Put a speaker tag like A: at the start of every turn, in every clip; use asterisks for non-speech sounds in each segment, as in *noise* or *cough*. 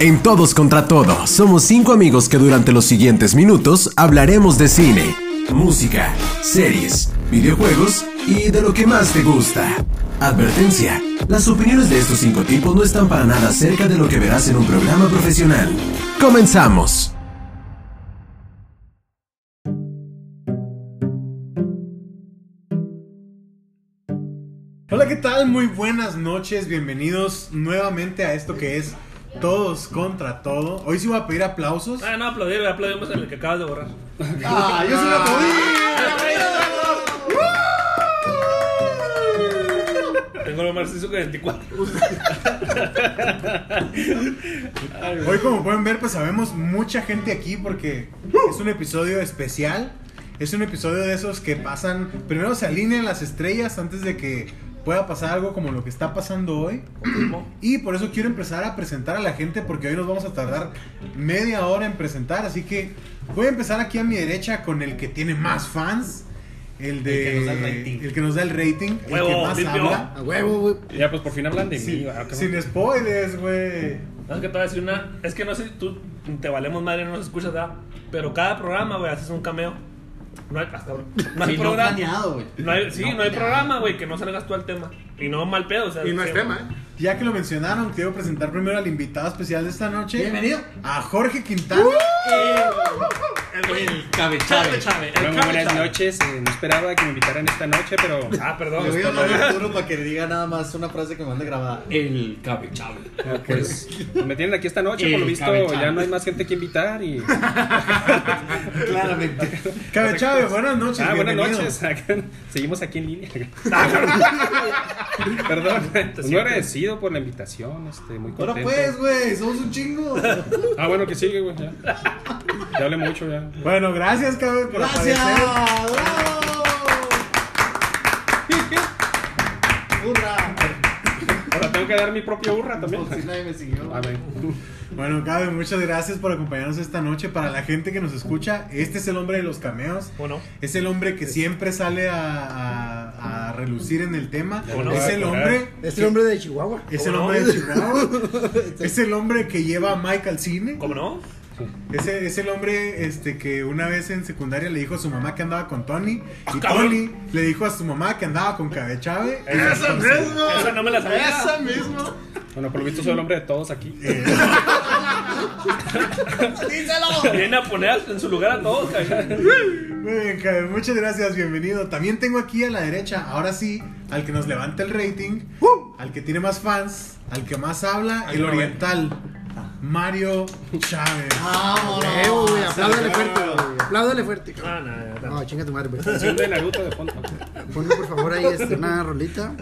A: En Todos contra Todo, somos cinco amigos que durante los siguientes minutos hablaremos de cine, música, series, videojuegos y de lo que más te gusta. Advertencia, las opiniones de estos cinco tipos no están para nada cerca de lo que verás en un programa profesional. Comenzamos.
B: Hola, ¿qué tal? Muy buenas noches, bienvenidos nuevamente a esto que es Todos contra Todo. Hoy sí voy a pedir aplausos.
C: Ah, no aplaudir, aplaudimos en el que acabas de borrar.
B: ¡Ah, yo sí lo
C: Tengo lo marcizo que 24.
B: pedí! Hoy, como pueden ver, pues sabemos mucha gente aquí porque es un episodio especial. Es un episodio de esos que pasan, primero se alinean las estrellas antes de que pueda pasar algo como lo que está pasando hoy. Y por eso quiero empezar a presentar a la gente porque hoy nos vamos a tardar media hora en presentar. Así que voy a empezar aquí a mi derecha con el que tiene más fans. El de.
D: El que nos da el
B: El que nos da el rating.
D: rating.
B: El
C: Huevo,
B: que más
C: limpio.
B: habla.
D: A huevo, güey.
E: Ya, pues por fin hablan de mí.
B: Sin,
E: ah, cabrón.
B: sin spoilers, güey.
C: No, es que te voy a decir una. Es que no sé si tú te valemos madre, no nos escuchas, ¿verdad? Pero cada programa, güey, haces un cameo. No hay, hasta ahora. No hay
D: Sí, no
C: programa.
D: planeado, güey.
C: No hay- sí, no, hay programa, güey, que no salgas tú al tema. Y no mal pedo, o sea.
F: Y no es
C: que-
F: tema, ¿eh?
B: Ya que lo mencionaron, quiero presentar primero al invitado especial de esta noche.
D: Bienvenido. ¡Uh!
B: A Jorge Quintana.
F: ¿eh?
D: El cabe
C: Chávez,
D: Chávez.
C: Chávez, el
E: Hola, muy
C: Chávez,
E: buenas
C: Chávez.
E: noches. eh, no esperaba que me invitaran esta noche, pero.
C: Ah,
D: Le voy
C: perdón.
D: a hablar a Arturo para que le diga nada más una frase que me mande grabada. El cabe Chávez.
E: Pues me tienen aquí esta noche, por lo
D: El
E: visto
D: cabezal.
E: ya no hay más gente que invitar y... Ah,
D: Claramente.
B: Cabe Chávez, buenas noches.
E: Ah, buenas
B: bienvenido.
E: noches. *laughs* Seguimos aquí en línea. *laughs* Perdón, pues, muy agradecido por la invitación, este, muy
D: Ahora
E: contento.
D: pues, güey, somos un chingo.
E: Ah, bueno, que sigue, güey, ya. Ya hablé mucho, ya.
B: Bueno, gracias, Cabe, por
D: Gracias.
B: aparecer.
D: ¡Bravo! *laughs* ¡Hurra!
E: Ahora tengo que dar mi propio hurra también.
D: Por si nadie me siguió.
E: A ver.
B: Bueno, Cabe, muchas gracias por acompañarnos esta noche. Para la gente que nos escucha, este es el hombre de los cameos.
C: ¿O no?
B: Es el hombre que siempre sale a, a- a relucir en el tema.
C: ¿O no?
B: Es el hombre.
G: Es el hombre de Chihuahua.
B: Es
C: ¿O
B: el
C: no?
B: hombre de
G: *laughs*
B: Chihuahua. Es el hombre que lleva a Mike al cine.
C: ¿Cómo no?
B: Es el, es el hombre este, que una vez en secundaria le dijo a su mamá que andaba con Tony. Y
C: Ah, cabrón.
B: Tony le dijo a su mamá que andaba con Cabe Chávez.
C: Esa
D: mismo!
C: Esa no me la sabía.
D: ¡Esa mismo!
E: Bueno, por lo visto soy el hombre de todos aquí.
D: ¡Díselo!
C: Viene a poner en su lugar a todos, cabrón.
B: Muy bien, Cabe, muchas gracias, bienvenido. También tengo aquí a la derecha, ahora sí, al que nos levanta el rating, al que tiene más fans, al que más habla, el oriental, Mario Chávez.
G: Eh,
D: ¡Vámonos!
G: güey, apláudale fuerte, güey. Apláudale fuerte, cabrón.
C: Ah, no, no, no.
G: No, chinga tu madre, güey.
E: Canción de Naruto de fondo.
G: Ponle por favor ahí este, una rolita.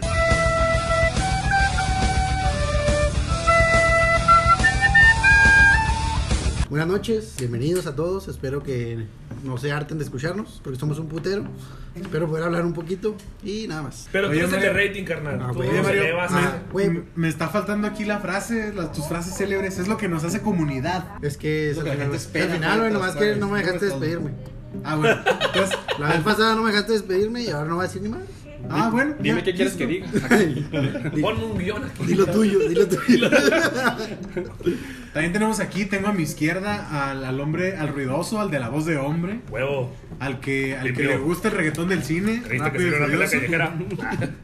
G: Buenas noches, bienvenidos a todos. Espero que no se harten de escucharnos, porque somos un putero. Espero poder hablar un poquito y nada más.
C: Pero tú
B: Oye,
C: eres el de
B: Mario.
C: rating, carnal.
G: Ah,
C: tú
G: güey,
C: se
B: Oye, Mario,
C: elevas,
B: me-
C: ah.
G: güey.
B: me, está faltando aquí la frase, las, tus frases célebres, es lo que nos hace comunidad.
G: Es que es
D: Lo que
G: al
D: la gente
G: final,
D: espera,
G: al final, güey,
D: güey,
G: nomás
D: tras-
G: que no me
D: tras-
G: dejaste
D: tras-
G: despedirme.
B: Ah, bueno, entonces,
G: La vez pasada no me dejaste despedirme y ahora no voy a decir ni más.
B: ah, bueno.
E: Dime
B: ya,
E: qué quieres que
B: listo.
E: diga.
C: Pon un guión aquí.
G: Dilo tuyo, dilo tuyo.
B: También tenemos aquí, tengo a mi izquierda al, al hombre, al ruidoso, al de la voz de hombre,
C: Huevo.
B: al que, al que
C: Limpio.
B: le gusta el reggaetón del cine.
C: Creíste que
B: rápido y
C: sí era una tela
B: furioso.
C: callejera.
B: *laughs*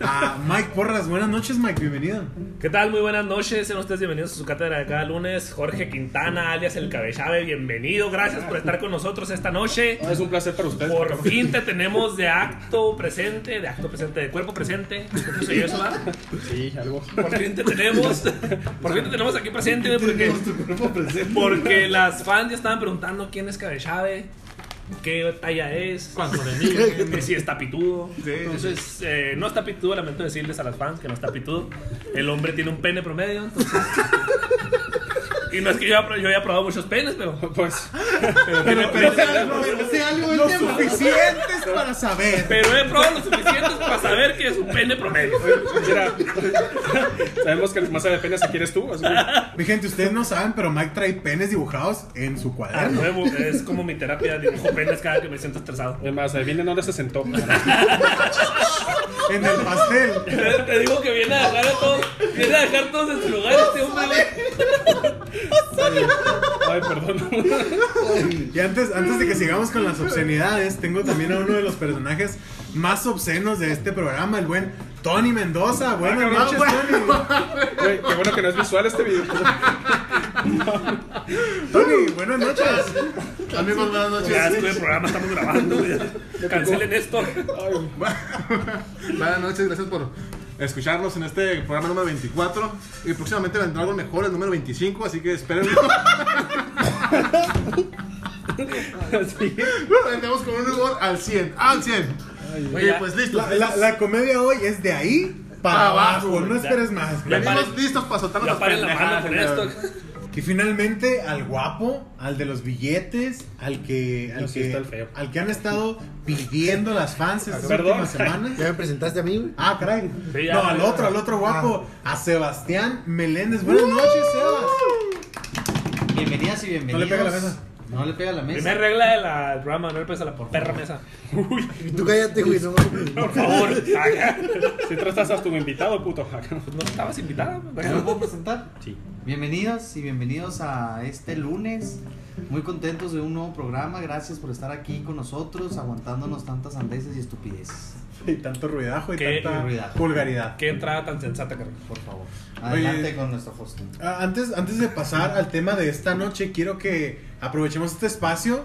B: Ah, Mike Porras, buenas noches Mike, bienvenido.
C: ¿Qué tal? Muy buenas noches. Sean ustedes bienvenidos a su cátedra de cada lunes. Jorge Quintana, alias El Cabellave, bienvenido. Gracias por estar con nosotros esta noche.
E: Es un placer para ustedes.
C: Por fin te tenemos de acto presente, de acto presente, de cuerpo presente. ¿Qué soy yo, eso, va?
E: Sí, algo.
C: Por fin te tenemos. Por fin te tenemos aquí presente, güey, porque, porque las fans ya estaban preguntando quién es Cabellave, qué talla es,
D: Cuando de
C: *laughs* que si está pitudo. Entonces, eh, no está pitudo, lamento decirles a las fans que no está pitudo. El hombre tiene un pene promedio, entonces. *laughs* Y no es que yo, haya- yo haya probado muchos penes, pero.
E: *laughs* Pues,
B: Pero, pero,
D: Pero sé algo del
B: lo
D: tema.
B: suficientes para saber.
C: Pero he probado lo suficiente para saber que es un pene promedio.
E: mira, *laughs* sabemos que más de pena si quieres tú. Así que,
B: Mi gente, ustedes no saben, pero Mike trae penes dibujados en su
C: A
B: cuaderno.
C: nuevo, Ah, es como mi terapia, dibujo penes cada que me siento estresado.
E: además, adivinen dónde se sentó.
B: En el pastel.
C: Te, te digo que viene a dejar a todos. Viene a dejar todos en su lugar este hombre, güey.
E: Ay, perdón.
B: Y antes, antes de que sigamos con las obscenidades, tengo también a uno de los personajes más obscenos de este programa, el buen Tony Mendoza. Buenas
E: cabrón,
B: noches,
E: güey.
B: Tony.
E: Güey, qué bueno que no es visual este video.
B: Tony, buenas noches.
F: Amigos,
C: Ya,
F: buenas noches.
C: asco de programa, estamos grabando, güey. Cancelen *laughs* esto.
F: Buenas noches, gracias por escucharnos en este programa número 24. Y próximamente vendrá algo mejor, el número 25, así que
C: *laughs*
F: espérenlo. Vendremos con un humor al 100, al 100.
C: Oye,
F: Oye, pues listo.
B: La, la- la comedia hoy es de ahí para
F: Para abajo,
B: abajo. No
C: güey.
B: esperes más. güey.
C: Ya
F: Venimos
C: paren-
F: listos para soltarnos
C: Ya paren la mano
F: pendejadas,
C: con
F: la
C: esto.
F: verdad.
B: Y finalmente al guapo, al de los billetes, al que al,
E: No, sí
B: que,
E: está el feo.
B: al que han estado pidiendo las fans estas
E: Perdón.
B: últimas semanas.
H: Ya me presentaste a mí, güey. Ah.
B: Ah, caray.
C: Sí, ya,
B: no, al
C: ya,
B: otro,
C: ya.
B: al otro guapo, a Sebastián Meléndez. Buenas noches, Sebas.
G: Bienvenidas y bienvenidos.
B: No le pega la mesa.
G: No le pega la mesa.
C: Primera regla de la del programa, no le pegues a la por perra mesa. Uy,
H: Tú cállate, güey. No,
C: por *laughs* favor. Acá.
E: Si tratas a tu invitado, puto.
C: Pues No estabas invitada.
G: ¿Ya lo
C: güey.
G: puedo presentar?
C: Sí.
G: Bienvenidos y bienvenidos a este lunes. Muy contentos de un nuevo programa. Gracias por estar aquí con nosotros, aguantándonos tantas andeces y estupideces.
B: Y tanto ruidajo y
C: Qué
B: tanta
G: ruidajo.
B: vulgaridad.
C: Qué entrada tan sensata, carnal.
G: Por favor. Adelante
B: Oye.
G: con nuestro host.
B: Ah, Antes, antes de pasar al tema de esta noche, quiero que aprovechemos este espacio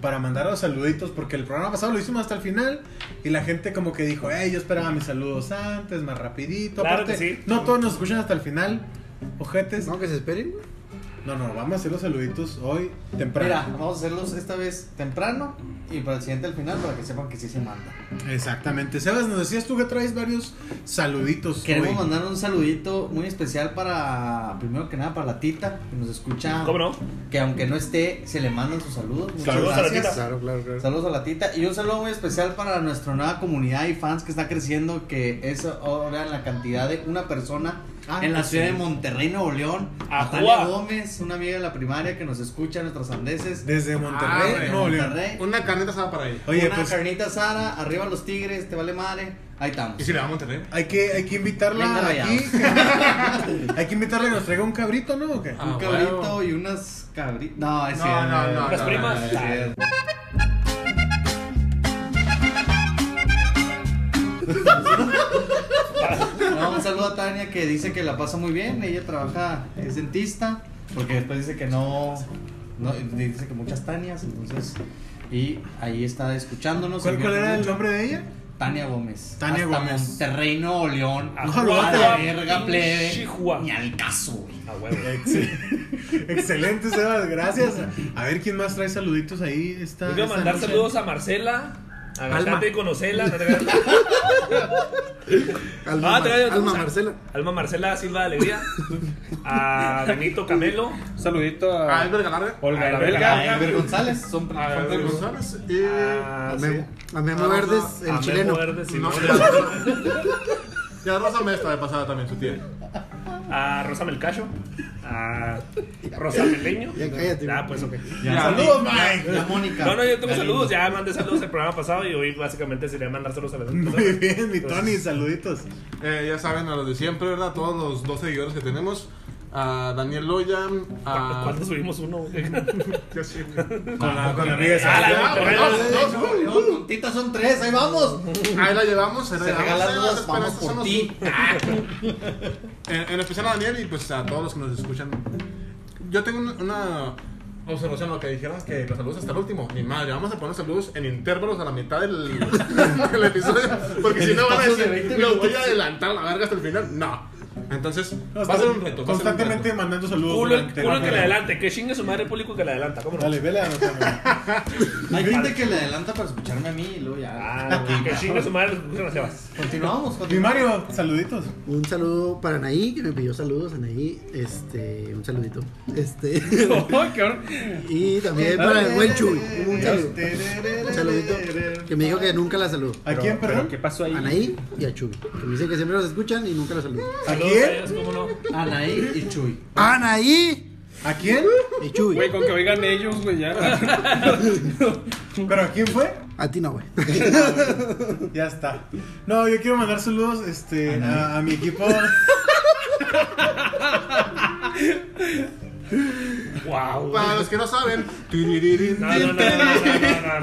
B: para mandar los saluditos, porque el programa pasado lo hicimos hasta el final y la gente como que dijo, hey, yo esperaba mis saludos antes, más rapidito.
C: Claro que sí.
B: No todos nos escuchan hasta el final. Ojetes.
H: no, que se esperen, güey.
B: No, no, vamos a hacer los saluditos hoy
G: Mira,
B: temprano.
G: vamos a hacerlos esta vez temprano y para el siguiente al final para que sepan que sí se manda.
B: Exactamente. Sebas, nos decías tú que traes varios saluditos.
G: Queremos
B: hoy.
G: mandar un saludito muy especial para, primero que nada, para la tita que nos escucha.
C: ¿Cómo no?
G: Que aunque no esté, se le mandan sus saludos. Muchas
C: Saludos a la
G: gracias.
H: Claro, claro, claro.
G: Saludos a la tita y un saludo muy especial para nuestra nueva comunidad y fans que está creciendo, que es ahora en la cantidad de una persona
B: Ah,
G: en la
B: sí.
G: ciudad de Monterrey, Nuevo León.
C: Ajá.
G: Natalia Gómez, una amiga de la primaria que nos escucha en nuestros andeses.
B: Desde Monterrey,
F: Ah,
G: de
F: güey,
B: Nuevo León.
G: Monterrey.
F: Una carneta se va para ahí.
B: Oye,
G: una
B: pues
G: carnita Sara, arriba los tigres, te vale madre. Ahí estamos.
F: ¿Y si le va a Monterrey?
B: hay que, hay que invitarla
G: Venga,
B: aquí. *laughs* hay que invitarla que nos traiga un cabrito, ¿no? ¿O qué?
G: Un
F: Ah,
G: cabrito
F: bueno.
G: y unas cabritas. No, es
F: No,
G: cierto.
F: no, no,
C: Las no, primas. no, es
G: cierto. No, un saludo a Tania que dice que la pasa muy bien. Ella trabaja, es dentista. Porque después dice que no. no dice que muchas Tanias. Entonces. Y ahí está escuchándonos.
B: ¿Cuál,
G: se
B: cuál
G: divierte
B: era el
G: mucho.
B: nombre de ella?
G: Tania Gómez.
B: Tania
G: Hasta
B: Gómez. Ah,
G: Monterrey, Nuevo León.
C: A
G: A
B: jugar.
G: la verga, plebe.
C: Chihuahua.
G: Ni al caso, güey.
C: A Ah, huevo.
B: Ex- *laughs* Excelente, Sebas, gracias. A ver quién más trae saluditos ahí. Está,
C: Yo quiero mandar saludos a Marcela. A Gastante y conocerla. no te creas.
H: Alma,
C: Ah, te voy a-
H: Alma Marcela.
C: Alma Marcela Silva de Alegría. A Benito Camelo.
E: Un saludito
F: A
C: Ah.
E: a
F: Albert Galarga.
E: Olga
C: A
E: la
C: Albert
E: Belga.
G: Ah, A Ver González. Son
C: A
F: Albert González. Y.
C: A
H: A
C: sí,
H: Memo, a Memo
F: Ah,
H: Verdes, el
C: a
H: chileno.
C: Memo Verde, sí,
F: No,
C: no.
F: ya Rosa- *laughs* ya Rosa me está de pasada también, su tía.
C: A Rosa Melcacho. A Rosa Meleño.
H: Ya cállate,
C: Ah,
H: güey.
C: pues ok.
F: Saludos,
G: La Mónica.
C: No, no, yo tengo
G: Galindo.
C: saludos. Ya mandé saludos el programa pasado y hoy básicamente sería mandar saludos Pues, a las demás
B: Muy
C: personas.
B: bien, mi Tony,
C: Entonces,
B: saluditos.
F: Eh, ya saben, a los de siempre, ¿verdad? Todos los 12 seguidores que tenemos. A Daniel Loya,
C: ¿cu-
F: a.
C: ¿Cuándo subimos uno?
F: Ya *laughs* sé, güey.
B: Con la, con la amiga de
C: Ah,
B: Sebas.
C: la-
F: Ya, güey, dos,
G: Nuevo
F: dos,
G: León, con Tita son tres, ahí vamos.
F: uh, Ahí la llevamos, ahí la
G: Se
F: llevamos.
G: regalan
F: eh,
G: dos,
F: pero
G: vamos
F: estos son
G: por
F: los-
G: ti.
F: *laughs* En, en especial a Daniel y pues a todos los que nos escuchan. Yo tengo una- una observación lo que dijeron que los saludos hasta el último. Mi madre, vamos a poner saludos en intervalos a la mitad del, *laughs* del episodio. Porque
G: El
F: si no van a
G: espacio de
F: decir,
G: 20
F: lo
G: minutos".
F: voy a adelantar a la verga hasta el final. No. Entonces,
B: No,
F: va a ser
B: está-
F: un reto. va a ser un
B: Constantemente
F: reto.
B: mandando saludos.
C: Culo,
B: durante
C: culo
B: la-
C: que le adelante. Que chingue su madre el público que le adelanta. ¿Cómo no?
B: Dale, vele anotando.
G: Hay gente que le adelanta para escucharme a mí y luego ya.
C: Ah, no, que chingue su madre los escuchan las Sebas.
G: Continuamos,
B: Mi
G: continuamos.
B: Mario, saluditos.
H: Un saludo para Anaí, que me pidió saludos, Anaí. Este, un saludito. Este.
G: *laughs*
E: Ay, cabrón.
H: y también Eh, para el buen Chuy. Un saludo.
G: Este,
H: Un
G: Un
H: saludito. Que me dijo que nunca la saludo.
B: ¿A quién,
E: Pero,
B: perdón?
E: ¿qué pasó ahí?
H: Anaí y a Chuy. Que me dicen que siempre los escuchan y nunca los saludo.
B: ¿A
C: Saludos a
B: quién?
C: ellos, ¿cómo no?
G: Anaí y Chuy.
H: Anaí
B: ¿A quién?
H: y Chuy.
E: Güey, con que oigan ellos, güey,
C: Ah,
E: ya.
B: ¿Pero a quién fue?
H: A ti no, güey. *laughs*
B: Ya está. No, yo quiero mandar saludos este, a, a mi equipo.
D: Wow.
F: Para los que no
D: *laughs*
F: saben.
C: No, no, no, no, no, no, no, no,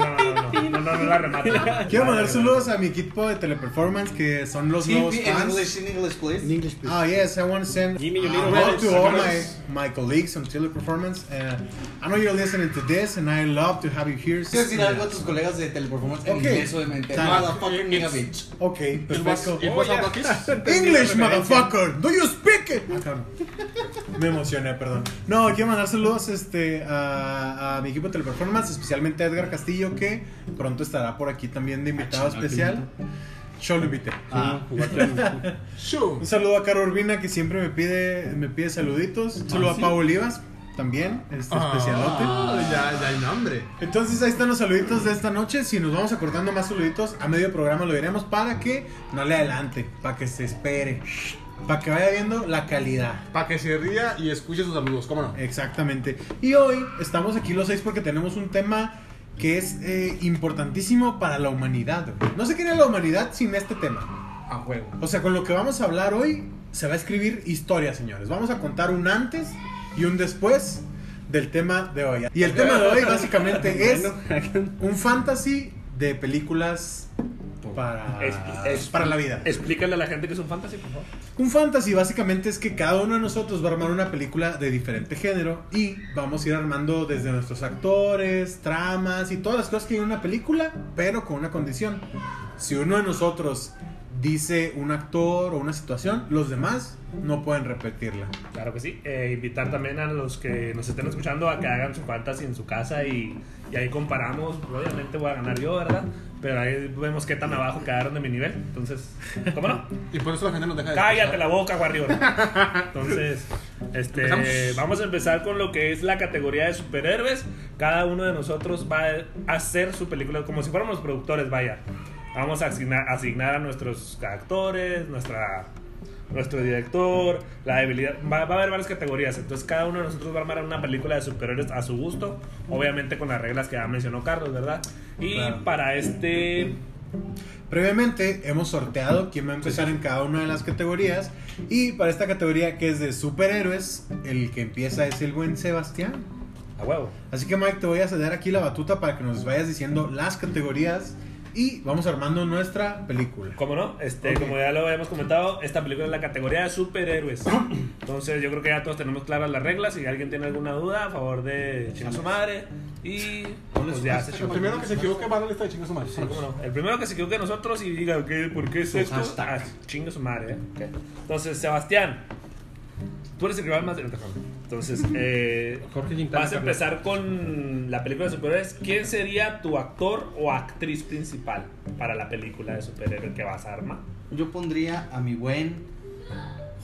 C: no, no, no, no la remata.
B: Quiero mandar saludos a mi equipo de Teleperformance que son los nuevos
D: TV
B: fans.
D: English in English, please.
G: In English, please.
B: Ah, yes, I want to send
E: Jimmy, you
B: uh,
E: little
B: love
E: bitch.
B: to all my, my colleagues on Teleperformance. Uh, I know you're listening to this, and I love to have you here.
D: ¿Quieres decir algo a tus colegas de Teleperformance en
B: Ok.
D: inglés obviamente?
B: Tan-
D: Motherfucking nigga
F: It's-
D: bitch.
B: Okay, perfecto.
F: ¿Y
E: Oh,
F: vos
E: ya.
F: hablas qué? *laughs*
B: English, motherfucker. Do you speak it? Ah, cabrón. *laughs* Me emocioné, perdón. No, quiero mandar saludos este, a, a mi equipo de Teleperformance, especialmente a Edgar Castillo, que pronto estará por aquí también de invitado especial. Yo lo invité.
D: Ah,
F: Shoo.
B: Un saludo a Caro Urbina, que siempre me pide, me pide saluditos. Un saludo a Pau Olivas, también, este especialote.
F: Ah, Ya, ya hay nombre.
B: Entonces ahí están los saluditos de esta noche. Si nos vamos acordando más saluditos, a medio programa lo diremos para que no le adelante, para que se espere, para que vaya viendo la calidad.
F: Para que se ría y escuche sus saludos, ¿cómo
B: Eh,
F: no?
B: Exactamente. Y hoy estamos aquí los seis porque tenemos un tema que es eh, importantísimo para la humanidad. güey. No sé qué era la humanidad sin este tema.
F: A juego.
B: O sea, con lo que vamos a hablar hoy, se va a escribir historia, señores. Vamos a contar un antes y un después del tema de hoy. Y el tema de hoy básicamente es un fantasy de películas para,
C: Expli- ex-
B: para la vida.
C: Explícale a la gente que es un fantasy, por favor.
B: Un fantasy básicamente es que cada uno de nosotros va a armar una película de diferente género y vamos a ir armando desde nuestros actores, tramas y todas las cosas que hay en una película, pero con una condición. Si uno de nosotros dice un actor o una situación, los demás no pueden repetirla.
C: Claro que sí. Eh, invitar también a los que nos estén escuchando a que hagan su fantasy en su casa y, y ahí comparamos. Obviamente voy a ganar yo, ¿verdad? Pero ahí vemos qué tan abajo quedaron de mi nivel. Entonces, ¿cómo no?
F: Y por eso la gente nos deja de
C: Cállate
F: escuchar.
C: la boca, guarriona. Entonces, este,
F: ¿Empezamos?
C: vamos a empezar con lo que es la categoría de superhéroes. Cada uno de nosotros va a hacer su película como si fuéramos productores, vaya. Vamos a asignar, asignar a nuestros actores, nuestra, nuestro director, la debilidad. Va, va a haber varias categorías. Entonces, cada uno de nosotros va a armar una película de superhéroes a su gusto. Obviamente, con las reglas que ya mencionó Carlos, ¿verdad? Y
B: Claro.
C: para este.
B: Previamente hemos sorteado quién va a empezar en cada una de las categorías y para esta categoría que es de superhéroes, el que empieza es el buen Sebastián.
C: A huevo.
B: Así que Mike, te voy a ceder aquí la batuta para que nos vayas diciendo las categorías y vamos armando nuestra película.
C: Como no, este,
B: Ok.
C: como ya lo habíamos comentado, esta película es la categoría de superhéroes. Entonces yo creo que ya todos tenemos claras las reglas. Si alguien tiene alguna duda, a favor de chingar a su madre. Y pues ya se
F: El
C: chingó.
F: primero que se equivoque va a la lista de chingas su madre.
C: ¿Cómo no? El primero que se equivoque de nosotros y diga, ¿qué? ¿por qué es esto?
D: hashtag.
C: Ah, chinga su madre, ¿eh? Ok. Entonces, Sebastián, tú eres el rival más... Entonces, eh,
E: Jorge Quintana.
C: vas a empezar con la película de superhéroes. ¿Quién sería tu actor o actriz principal para la película de superhéroes que vas a armar?
D: Yo pondría a mi buen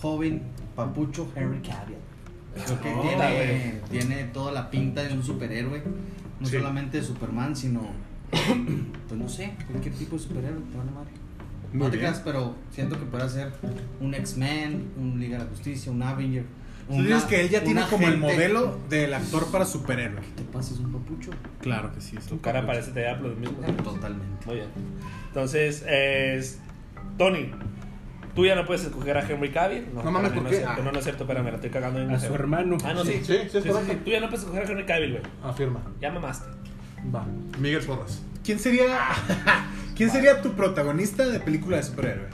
D: joven papucho Henry Cavill. Creo que
B: Ah,
C: No,
D: tiene, tiene toda la pinta de un superhéroe. No
C: Sí.
D: solamente de Superman, sino. Pues no sé, cualquier tipo de superhéroe. Te vale madre.
F: Muy
D: no te
F: bien.
D: creas, pero siento que puede ser un X-Men, un Liga de la Justicia, un Avenger.
B: Tú
D: una-
B: dices que él ya
D: un
B: tiene como el
D: agente.
B: modelo del actor para superhéroe.
D: Te pases un papucho.
B: Claro que sí. es
C: Tu
B: lo
C: cara
B: correcto.
C: parece te da lo mismo.
D: Totalmente.
C: Muy bien. Entonces, es- Tony, tú ya no puedes escoger a Henry Cavill.
F: No mames,
C: espérame,
F: ¿por
C: no
F: qué?
C: acepto,
F: Ah.
C: no, no acepto, espérame, la estoy cagando en
E: A su hermano.
C: Ah, no, sí.
F: Sí, sí, es correcto.
C: Tú ya no puedes escoger a Henry Cavill, güey.
F: Afirma.
C: Ya mamaste.
F: Va. Miguel Porras.
B: ¿Quién sería, *laughs* ¿quién sería tu protagonista de película de superhéroe?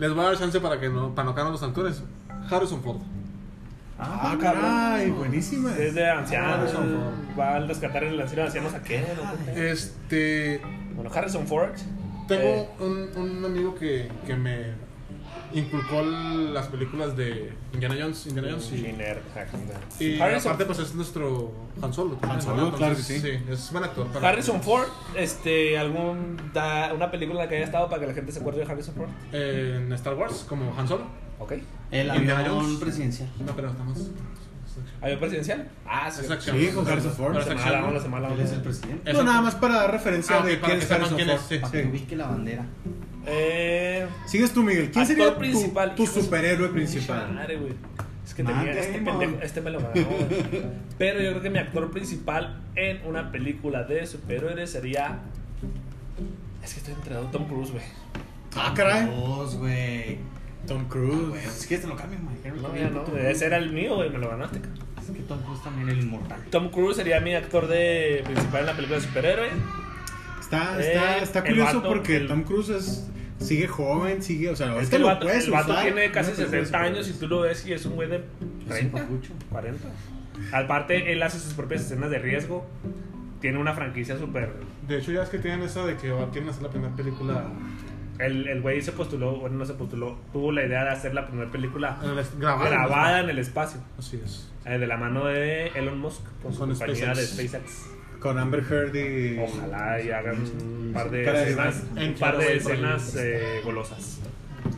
F: Les voy a dar chance para que no, para no caer los actores. Harrison Ford.
B: Ah, caray, buenísima.
C: Es de ancianos.
F: Harrison Ford.
C: va a rescatar el anciano de ancianos a qué.
F: Este.
C: Bueno, Harrison Ford.
F: Tengo
C: Eh.
F: un, un amigo que, que me inculcó el- las películas de Indiana Jones. Indiana Jones y.
C: Miner, Hackman.
F: Y
C: ah, Harrison,
F: aparte, pues es nuestro Han Solo.
B: Han Solo,
F: Entonces,
B: claro que sí.
F: es buen actor. para-
C: Harrison Ford, este, algún da- una película en la que haya estado para que la gente se acuerde de Harrison Ford.
F: Eh, en Star Wars, como Han Solo.
C: Ok.
D: El
F: Indiana
D: avión
F: Jones.
D: presidencial.
F: No, pero está más.
C: ¿Avión presidencial? Ah, sí.
F: Es acción.
B: Sí, con Harrison Ford.
F: Pero es
C: Se me
F: acción,
C: jala,
F: ¿no?
C: no, se me jala,
D: Él
C: no.
D: es el presidente.
B: No, nada más para dar referencia
F: Ah, ok,
B: de
F: para
B: quién
F: que
B: es
F: sepan
B: Harrison
F: quién
B: Ford.
F: es, sí.
D: Para que ubique la bandera.
C: Eh,
B: Sigues tú, Miguel. ¿Quién
C: Actor
B: sería tu,
C: principal.
B: tu
C: Hijo de su
B: superhéroe
C: pinche
B: principal?
C: madre, güey. Es que
D: Madre,
C: tenía este
D: mo.
C: pendejo, este me lo ganó. güey. Pero yo creo que mi actor principal en una película de superhéroes sería. Es que estoy entre dos Tom Cruise, güey.
B: Ah, caray.
D: Dos, güey.
B: Tom
D: Ah,
B: Cruise.
D: güey, Si quieres te lo cambio, Mike.
C: No, ya no. Ese era el mío, güey. Me lo ganaste. cabrón.
D: Es que Tom Cruise también el inmortal.
C: Tom Cruise sería mi actor de principal en la película de superhéroe.
B: Está,
C: Eh,
B: está, está
C: el
B: curioso
C: vato,
B: porque
C: el-
B: Tom Cruise es- sigue joven, sigue, o sea,
C: Es
B: ahorita
C: que el
B: lo
C: vato,
B: puedes
C: el vato
B: usar.
C: tiene casi
B: No te
C: 60
B: puedes-
C: años y tú lo ves y es un güey de
D: Es un
C: 30,
D: papucho.
C: 40. Aparte, él hace sus propias escenas de riesgo. Tiene una franquicia súper.
F: De hecho, ya es que tienen esa de que quieren hacer la primera película
C: El el güey se postuló, bueno, no se postuló, tuvo la idea de hacer la primera película
F: en el est- grabada.
C: grabada en el espacio,
F: Así es.
C: eh, de la mano de Elon Musk con su
F: Con
C: compañía
F: SpaceX.
C: de SpaceX.
B: Con Amber Heard y.
C: Ojalá y hagan un par de
B: Mm, Cara de
C: escenas,
F: en
C: un par de
F: Paraguay,
C: escenas eh, golosas.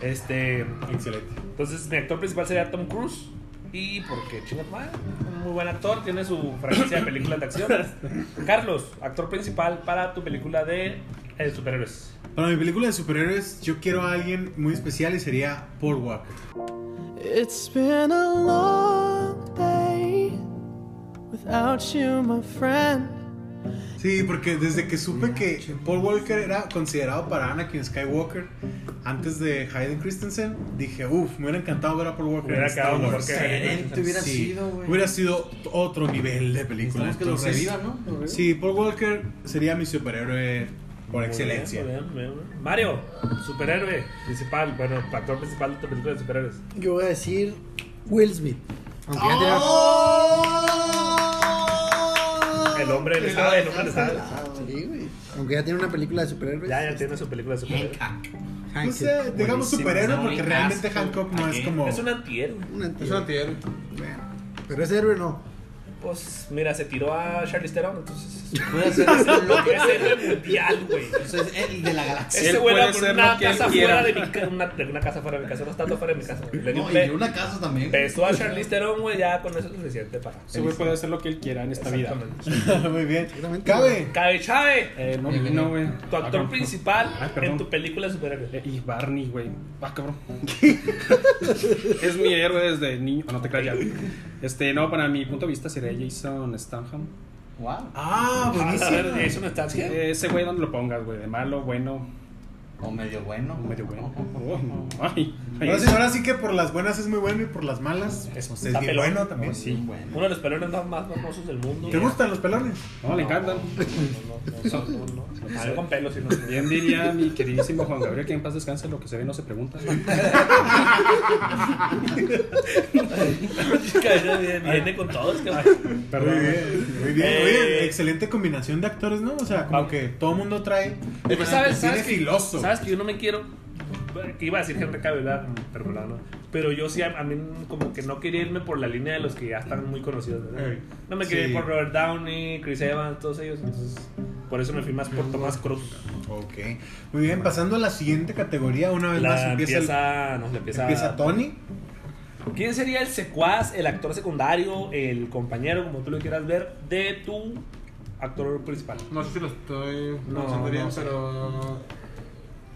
C: Este,
B: Excelente.
C: entonces mi actor principal sería Tom Cruise. Y porque chingada madre, un muy buen actor, tiene su franquicia de películas
B: *laughs*
C: de acción. Carlos, actor principal para tu película de eh, superhéroes.
B: Para mi película de superhéroes, yo quiero a alguien muy especial y sería Boardwalk.
I: It's been a long day without you, my friend.
B: Sí, porque desde que supe que Paul Walker era considerado para Anakin Skywalker antes de Hayden Christensen, dije, uff, me hubiera encantado ver a Paul Walker.
C: Hubiera
B: en Star
C: quedado mejor
B: Wars".
C: que Hayden
D: Excelente hubiera
B: Sí,
D: sido, güey.
B: Hubiera sido otro nivel de película.
D: Necesitamos que lo
B: entonces-
D: revivan, ¿no? Lo revivan.
B: Sí, Paul Walker sería mi superhéroe por excelencia.
C: Muy bien, muy bien, muy bien. Mario, superhéroe principal, bueno, actor principal de tu película de superhéroes.
G: Yo voy a decir Will Smith. Aunque ya tenía-
B: ¡Oh!
C: El hombre le sabe, el hombre le sabe.
G: Sí, güey. Aunque ya tiene una película de superhéroes.
C: Ya, ya tiene su película de superhéroes.
G: Hank,
B: No sé, digamos
D: Buenísimo,
B: superhéroe
D: ¿no?
B: porque
D: Un
B: realmente
D: asco.
B: Hancock no es
D: Aquí.
B: como.
C: Es un antihéroe.
G: un
F: Es
G: antihéroe.
F: un antihéroe.
G: Bueno, pero ese héroe no.
C: Pues mira, se tiró a Charlize Theron, entonces *laughs*
D: Puede ser este
C: lo que
D: bloque.
C: es héroe mundial, güey.
D: O sea, es el de la galaxia.
C: Ese
E: Él
C: güey
E: puede
C: era con
E: ser
C: una
E: lo que él
C: casa
E: quiera.
C: fuera de mi casa, una, de una casa fuera de mi casa, una estatua fuera de mi casa. güey. Le dio
D: No,
C: un
D: y
C: pe-
D: de una casa también.
C: Besó a Charlize Theron, güey, ya con eso es suficiente para.
E: Ese güey puede hacer lo que él quiera en esta vida.
B: muy bien.
G: Exactamente.
B: Cabe.
C: Cabe Chávez,
E: Eh, no, no, güey.
C: tu actor
E: Ah,
C: principal
E: Ay, perdón.
C: en tu película de superhéroe.
E: Eh, Y Barney, güey. Ah, cabrón. es mi héroe desde niño. Ah, No te creas ya. Este, no, para mi punto de vista sería Jason Stanham.
D: Wow.
B: Ah,
C: A
B: buenísimo.
C: ver, Jason Statham.
E: Eh, Ese güey, ¿dónde lo pongas, güey? De malo, bueno,
D: O medio bueno.
E: medio bueno. Oh, no. Ay, ay.
B: Ahora sí, ahora sí que por las buenas es muy bueno y por las malas pues, es
C: está
B: bien
C: pelón. Oh,
B: bueno también.
E: Sí.
D: Bueno.
C: Uno de los pelones más más famosos del mundo.
B: ¿Te gustan los pelones?
E: No, le encantan.
C: No, no, no. A ver, con pelos y
D: *laughs*
C: no. *laughs*
E: Bien diría mi queridísimo Juan Gabriel que en paz descanse, lo que se ve no se pregunta.
C: Viene con todos, que
E: Perdón.
B: Muy bien, muy bien.
C: Eh.
B: Oye, excelente combinación de actores, ¿no? O sea, como
C: Vamos.
B: que todo mundo trae.
C: Es que sabes,
B: Cine
C: sabes que,
B: filoso.
C: sabes que yo no me quiero. que Iba a decir Henry Cavill, ¿verdad? pero me la no. Pero yo sí, a, a mí como que no quería irme por la línea de los que ya están muy conocidos. ¿verdad?
B: Eh,
C: no me quería
B: sí.
C: ir por Robert Downey, Chris Evans, todos ellos. Entonces, por eso me fui más por Tomás Cruz.
B: Ok. Muy bien, pasando a la siguiente categoría, una vez Pues más
C: La
B: empieza,
C: empieza,
B: el-
C: no, la empieza,
B: empieza Tony.
C: ¿Quién sería el secuaz, el actor secundario, el compañero, como tú lo quieras ver, de tu actor principal?
F: No sé si lo estoy
C: No,
F: pronunciando bien,
C: no sé.
F: pero.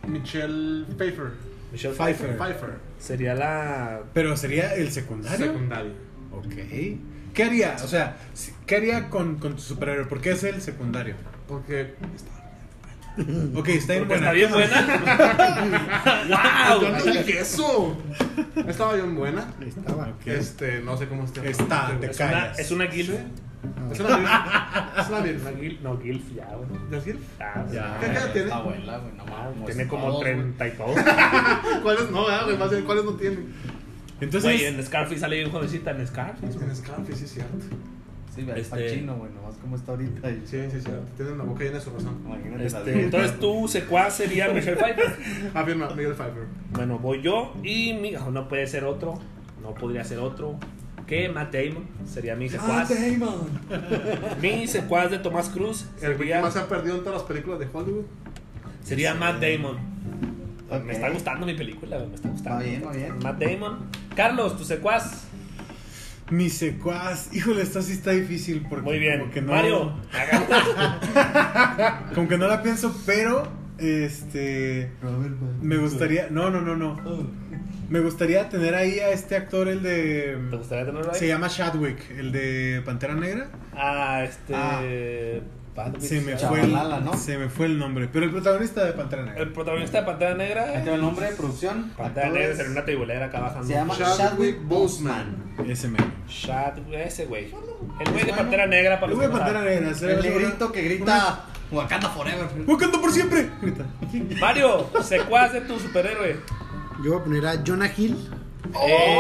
F: Michelle Pfeiffer.
C: Michelle
B: Pfeiffer.
F: Pfeiffer.
C: Sería la
B: Pero sería el secundario.
F: Secundario.
B: ok. ¿Qué haría? O sea, si- ¿qué haría con, con tu superhéroe? ¿Por qué es el secundario?
F: Porque.
B: Ok, está bien
C: Porque
B: buena.
C: está bien buena. *laughs*
F: ¡Yo
C: ¡Wow!
F: no dije eso! Estaba bien buena.
G: Estaba.
F: Este, no sé cómo esté.
B: Está, te
C: Es una,
B: callas.
C: es una guilf.
F: Es una virgen. Es una
C: Una
F: virgen.
C: guilf, no, guilf ya, güey.
F: ¿Ya es virgen?
C: Ah,
B: Ya.
F: ¿Qué edad tiene?
D: Abuela, güey, no mames.
C: Tiene como
D: todos,
C: 30 y todo.
F: ¿Cuáles no, verdad, güey? Más bien, ¿cuáles no tiene?
B: Entonces,
C: Güey, en Scarface sale bien jovencita en Scarface.
F: Tiene Scarface, sí, es cierto.
D: güey. Sí, ve, está
C: Este-
D: chino, güey. Nomás como está ahorita. y-
F: Sí, sí, sí. Tienen la boca llena de su razón.
D: Imagínate la
C: Este,
D: de-
C: entonces tu secuaz sería Michelle Pfeiffer.
F: *laughs* Afirma, Miguel Pfeiffer.
C: Bueno, voy yo y mi. oh, no puede ser otro. No podría ser otro. Que Matt Damon sería mi secuaz.
F: Damon!
C: *laughs* Mi secuaz de Tomás Cruz
F: El güey que
C: sería,
F: más se ha perdido en todas las películas de Hollywood.
C: sería Matt Damon.
D: Ok.
C: Me está gustando mi película, me está gustando.
D: Va bien, va bien.
C: Matt Damon. Carlos, tu secuaz.
B: mi secuaz. Híjole, esto sí está difícil porque
C: Muy bien.
B: como que no-
C: Mario, *laughs*
B: Como que no la pienso, pero este
D: Robert Pattinson.
B: me gustaría, no, no, no, no. Me gustaría tener ahí a este actor el
C: ¿te
B: de
C: gustaría tenerlo ahí?
B: se llama Chadwick, el de Pantera Negra.
C: Ah, este.
D: Bad Bitch.
B: Se me, fue
D: Chavalala,
B: el,
D: ¿no?
B: se me fue el nombre. Pero el protagonista de Pantera Negra.
C: El protagonista de Pantera
D: Ahí te
C: Negra.
D: va el nombre, producción.
C: Pantera
D: actores.
C: Negra es una tibolera acá bajando.
D: Se llama Chadwick Boseman.
B: Ese mero.
C: Shad, ese güey. El güey de Pantera Negra para
B: El
C: los
B: güey de
C: que no
B: Pantera
C: saben.
B: Negra. se
D: El
B: ve-
D: negrito que grita Wakanda Forever.
B: ¡Wakanda por siempre! Grita.
C: Mario, secuaz de tu superhéroe.
G: Yo voy a poner a Jonah Hill.
C: ¡Eh!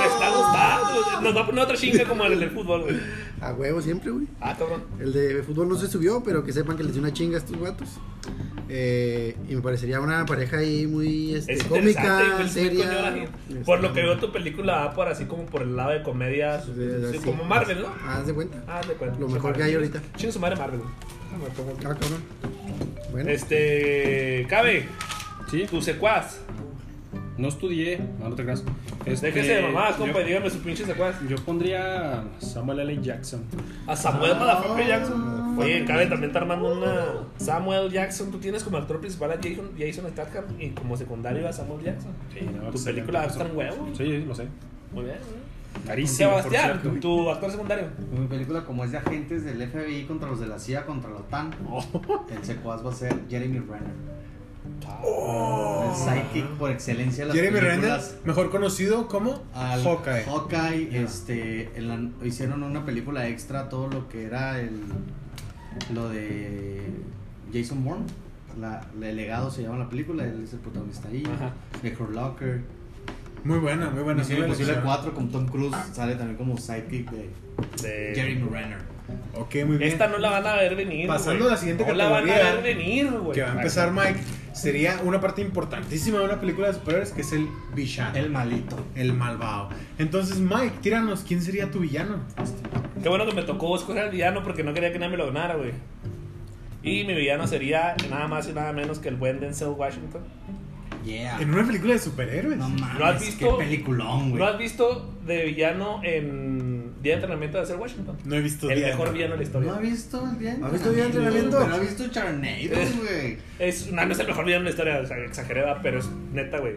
C: Me está gustando. Nos va a poner otra chinga como el del fútbol, güey.
G: A huevo siempre, güey.
C: Ah, cabrón.
G: El de fútbol no se subió, pero que sepan que les dio una chinga a estos vatos. Eh, y me parecería una pareja ahí muy este,
C: Es interesante, güey,
G: cómica,
C: el coño de la
G: seria. Este,
C: gente. Por lo que veo, tu película va por así como por el lado de comedia.
G: Sí,
C: sí,
G: así.
C: como Marvel, ¿no?
G: Haz de cuenta.
C: Ah, de cuenta.
G: Lo mejor que hay ahorita.
C: Chinga su madre Marvel. güey.
G: Ah, cabrón. Bueno,
C: Este. Cabe,
E: Sí,
C: tu secuaz.
E: no estudié. No, no te creas. Este,
C: Déjese de mamadas,
E: yo-
C: compa, y dígame su pinche secuaz.
E: Yo pondría a Samuel L. Jackson.
C: A
B: Ah.
C: Samuel Motherfucker Jackson. Oye, Cabe también está armando una. Samuel Jackson, tú tienes como actor principal a Jason, Jason Statham y como secundario a Samuel Jackson. tu
E: no, excelente
C: película va a estar
E: persona.
C: en huevo.
E: Sí, sí, lo sé.
C: Muy bien. ¿no?
E: Carísimo. por
C: Sebastián,
E: cierto.
C: tu, tu actor secundario.
D: Mi película como es de agentes del FBI contra los de la CIA contra la OTAN.
C: Oh.
D: El secuaz va a ser Jeremy Renner.
C: Oh.
D: El sidekick por excelencia de las
B: Jeremy Renner,
D: películas.
B: mejor conocido como
D: Al
B: Hawkeye.
D: Hawkeye, este, en la- hicieron una película extra todo lo que era el, lo de Jason Bourne, la, la- el legado se llama la película, él es el protagonista ahí, de Hurt Locker,
B: Muy buena, muy buena.
D: Misión
B: muy buena
D: Imposible
B: elección.
D: 4 con Tom Cruise sale también como sidekick de
C: De-
D: Jeremy Renner.
B: Eh, Ok, muy bien.
C: Esta no la van a ver venir.
B: Pasando
C: güey.
B: a la siguiente
C: No la van a
B: categoría,
C: ver venir, güey.
B: que va a empezar Mike. Sería una parte importantísima de una película de superhéroes que es el villano.
D: El malito.
B: el malvado. Entonces, Mike, tíranos, ¿quién sería tu villano?
C: Qué bueno que me tocó escoger al villano porque no quería que nadie me lo donara, güey. Y mi villano sería nada más y nada menos que el buen Denzel Washington.
D: Yeah.
B: En una película de superhéroes.
D: No mames,
C: ¿Lo has visto?
D: qué peliculón, güey.
C: ¿Lo has visto de villano en Día de Entrenamiento de Denzel Washington?
B: No he visto
C: El
B: día de
C: mejor
B: entrenamiento.
C: villano de la historia.
D: ¿No has visto el día de
G: ¿Has visto el día de entrenamiento?
D: Pero ¿Has visto Charnado, güey?
C: Es, no, no es el mejor villano de la historia, o sea, exageré, va, pero es neta, güey.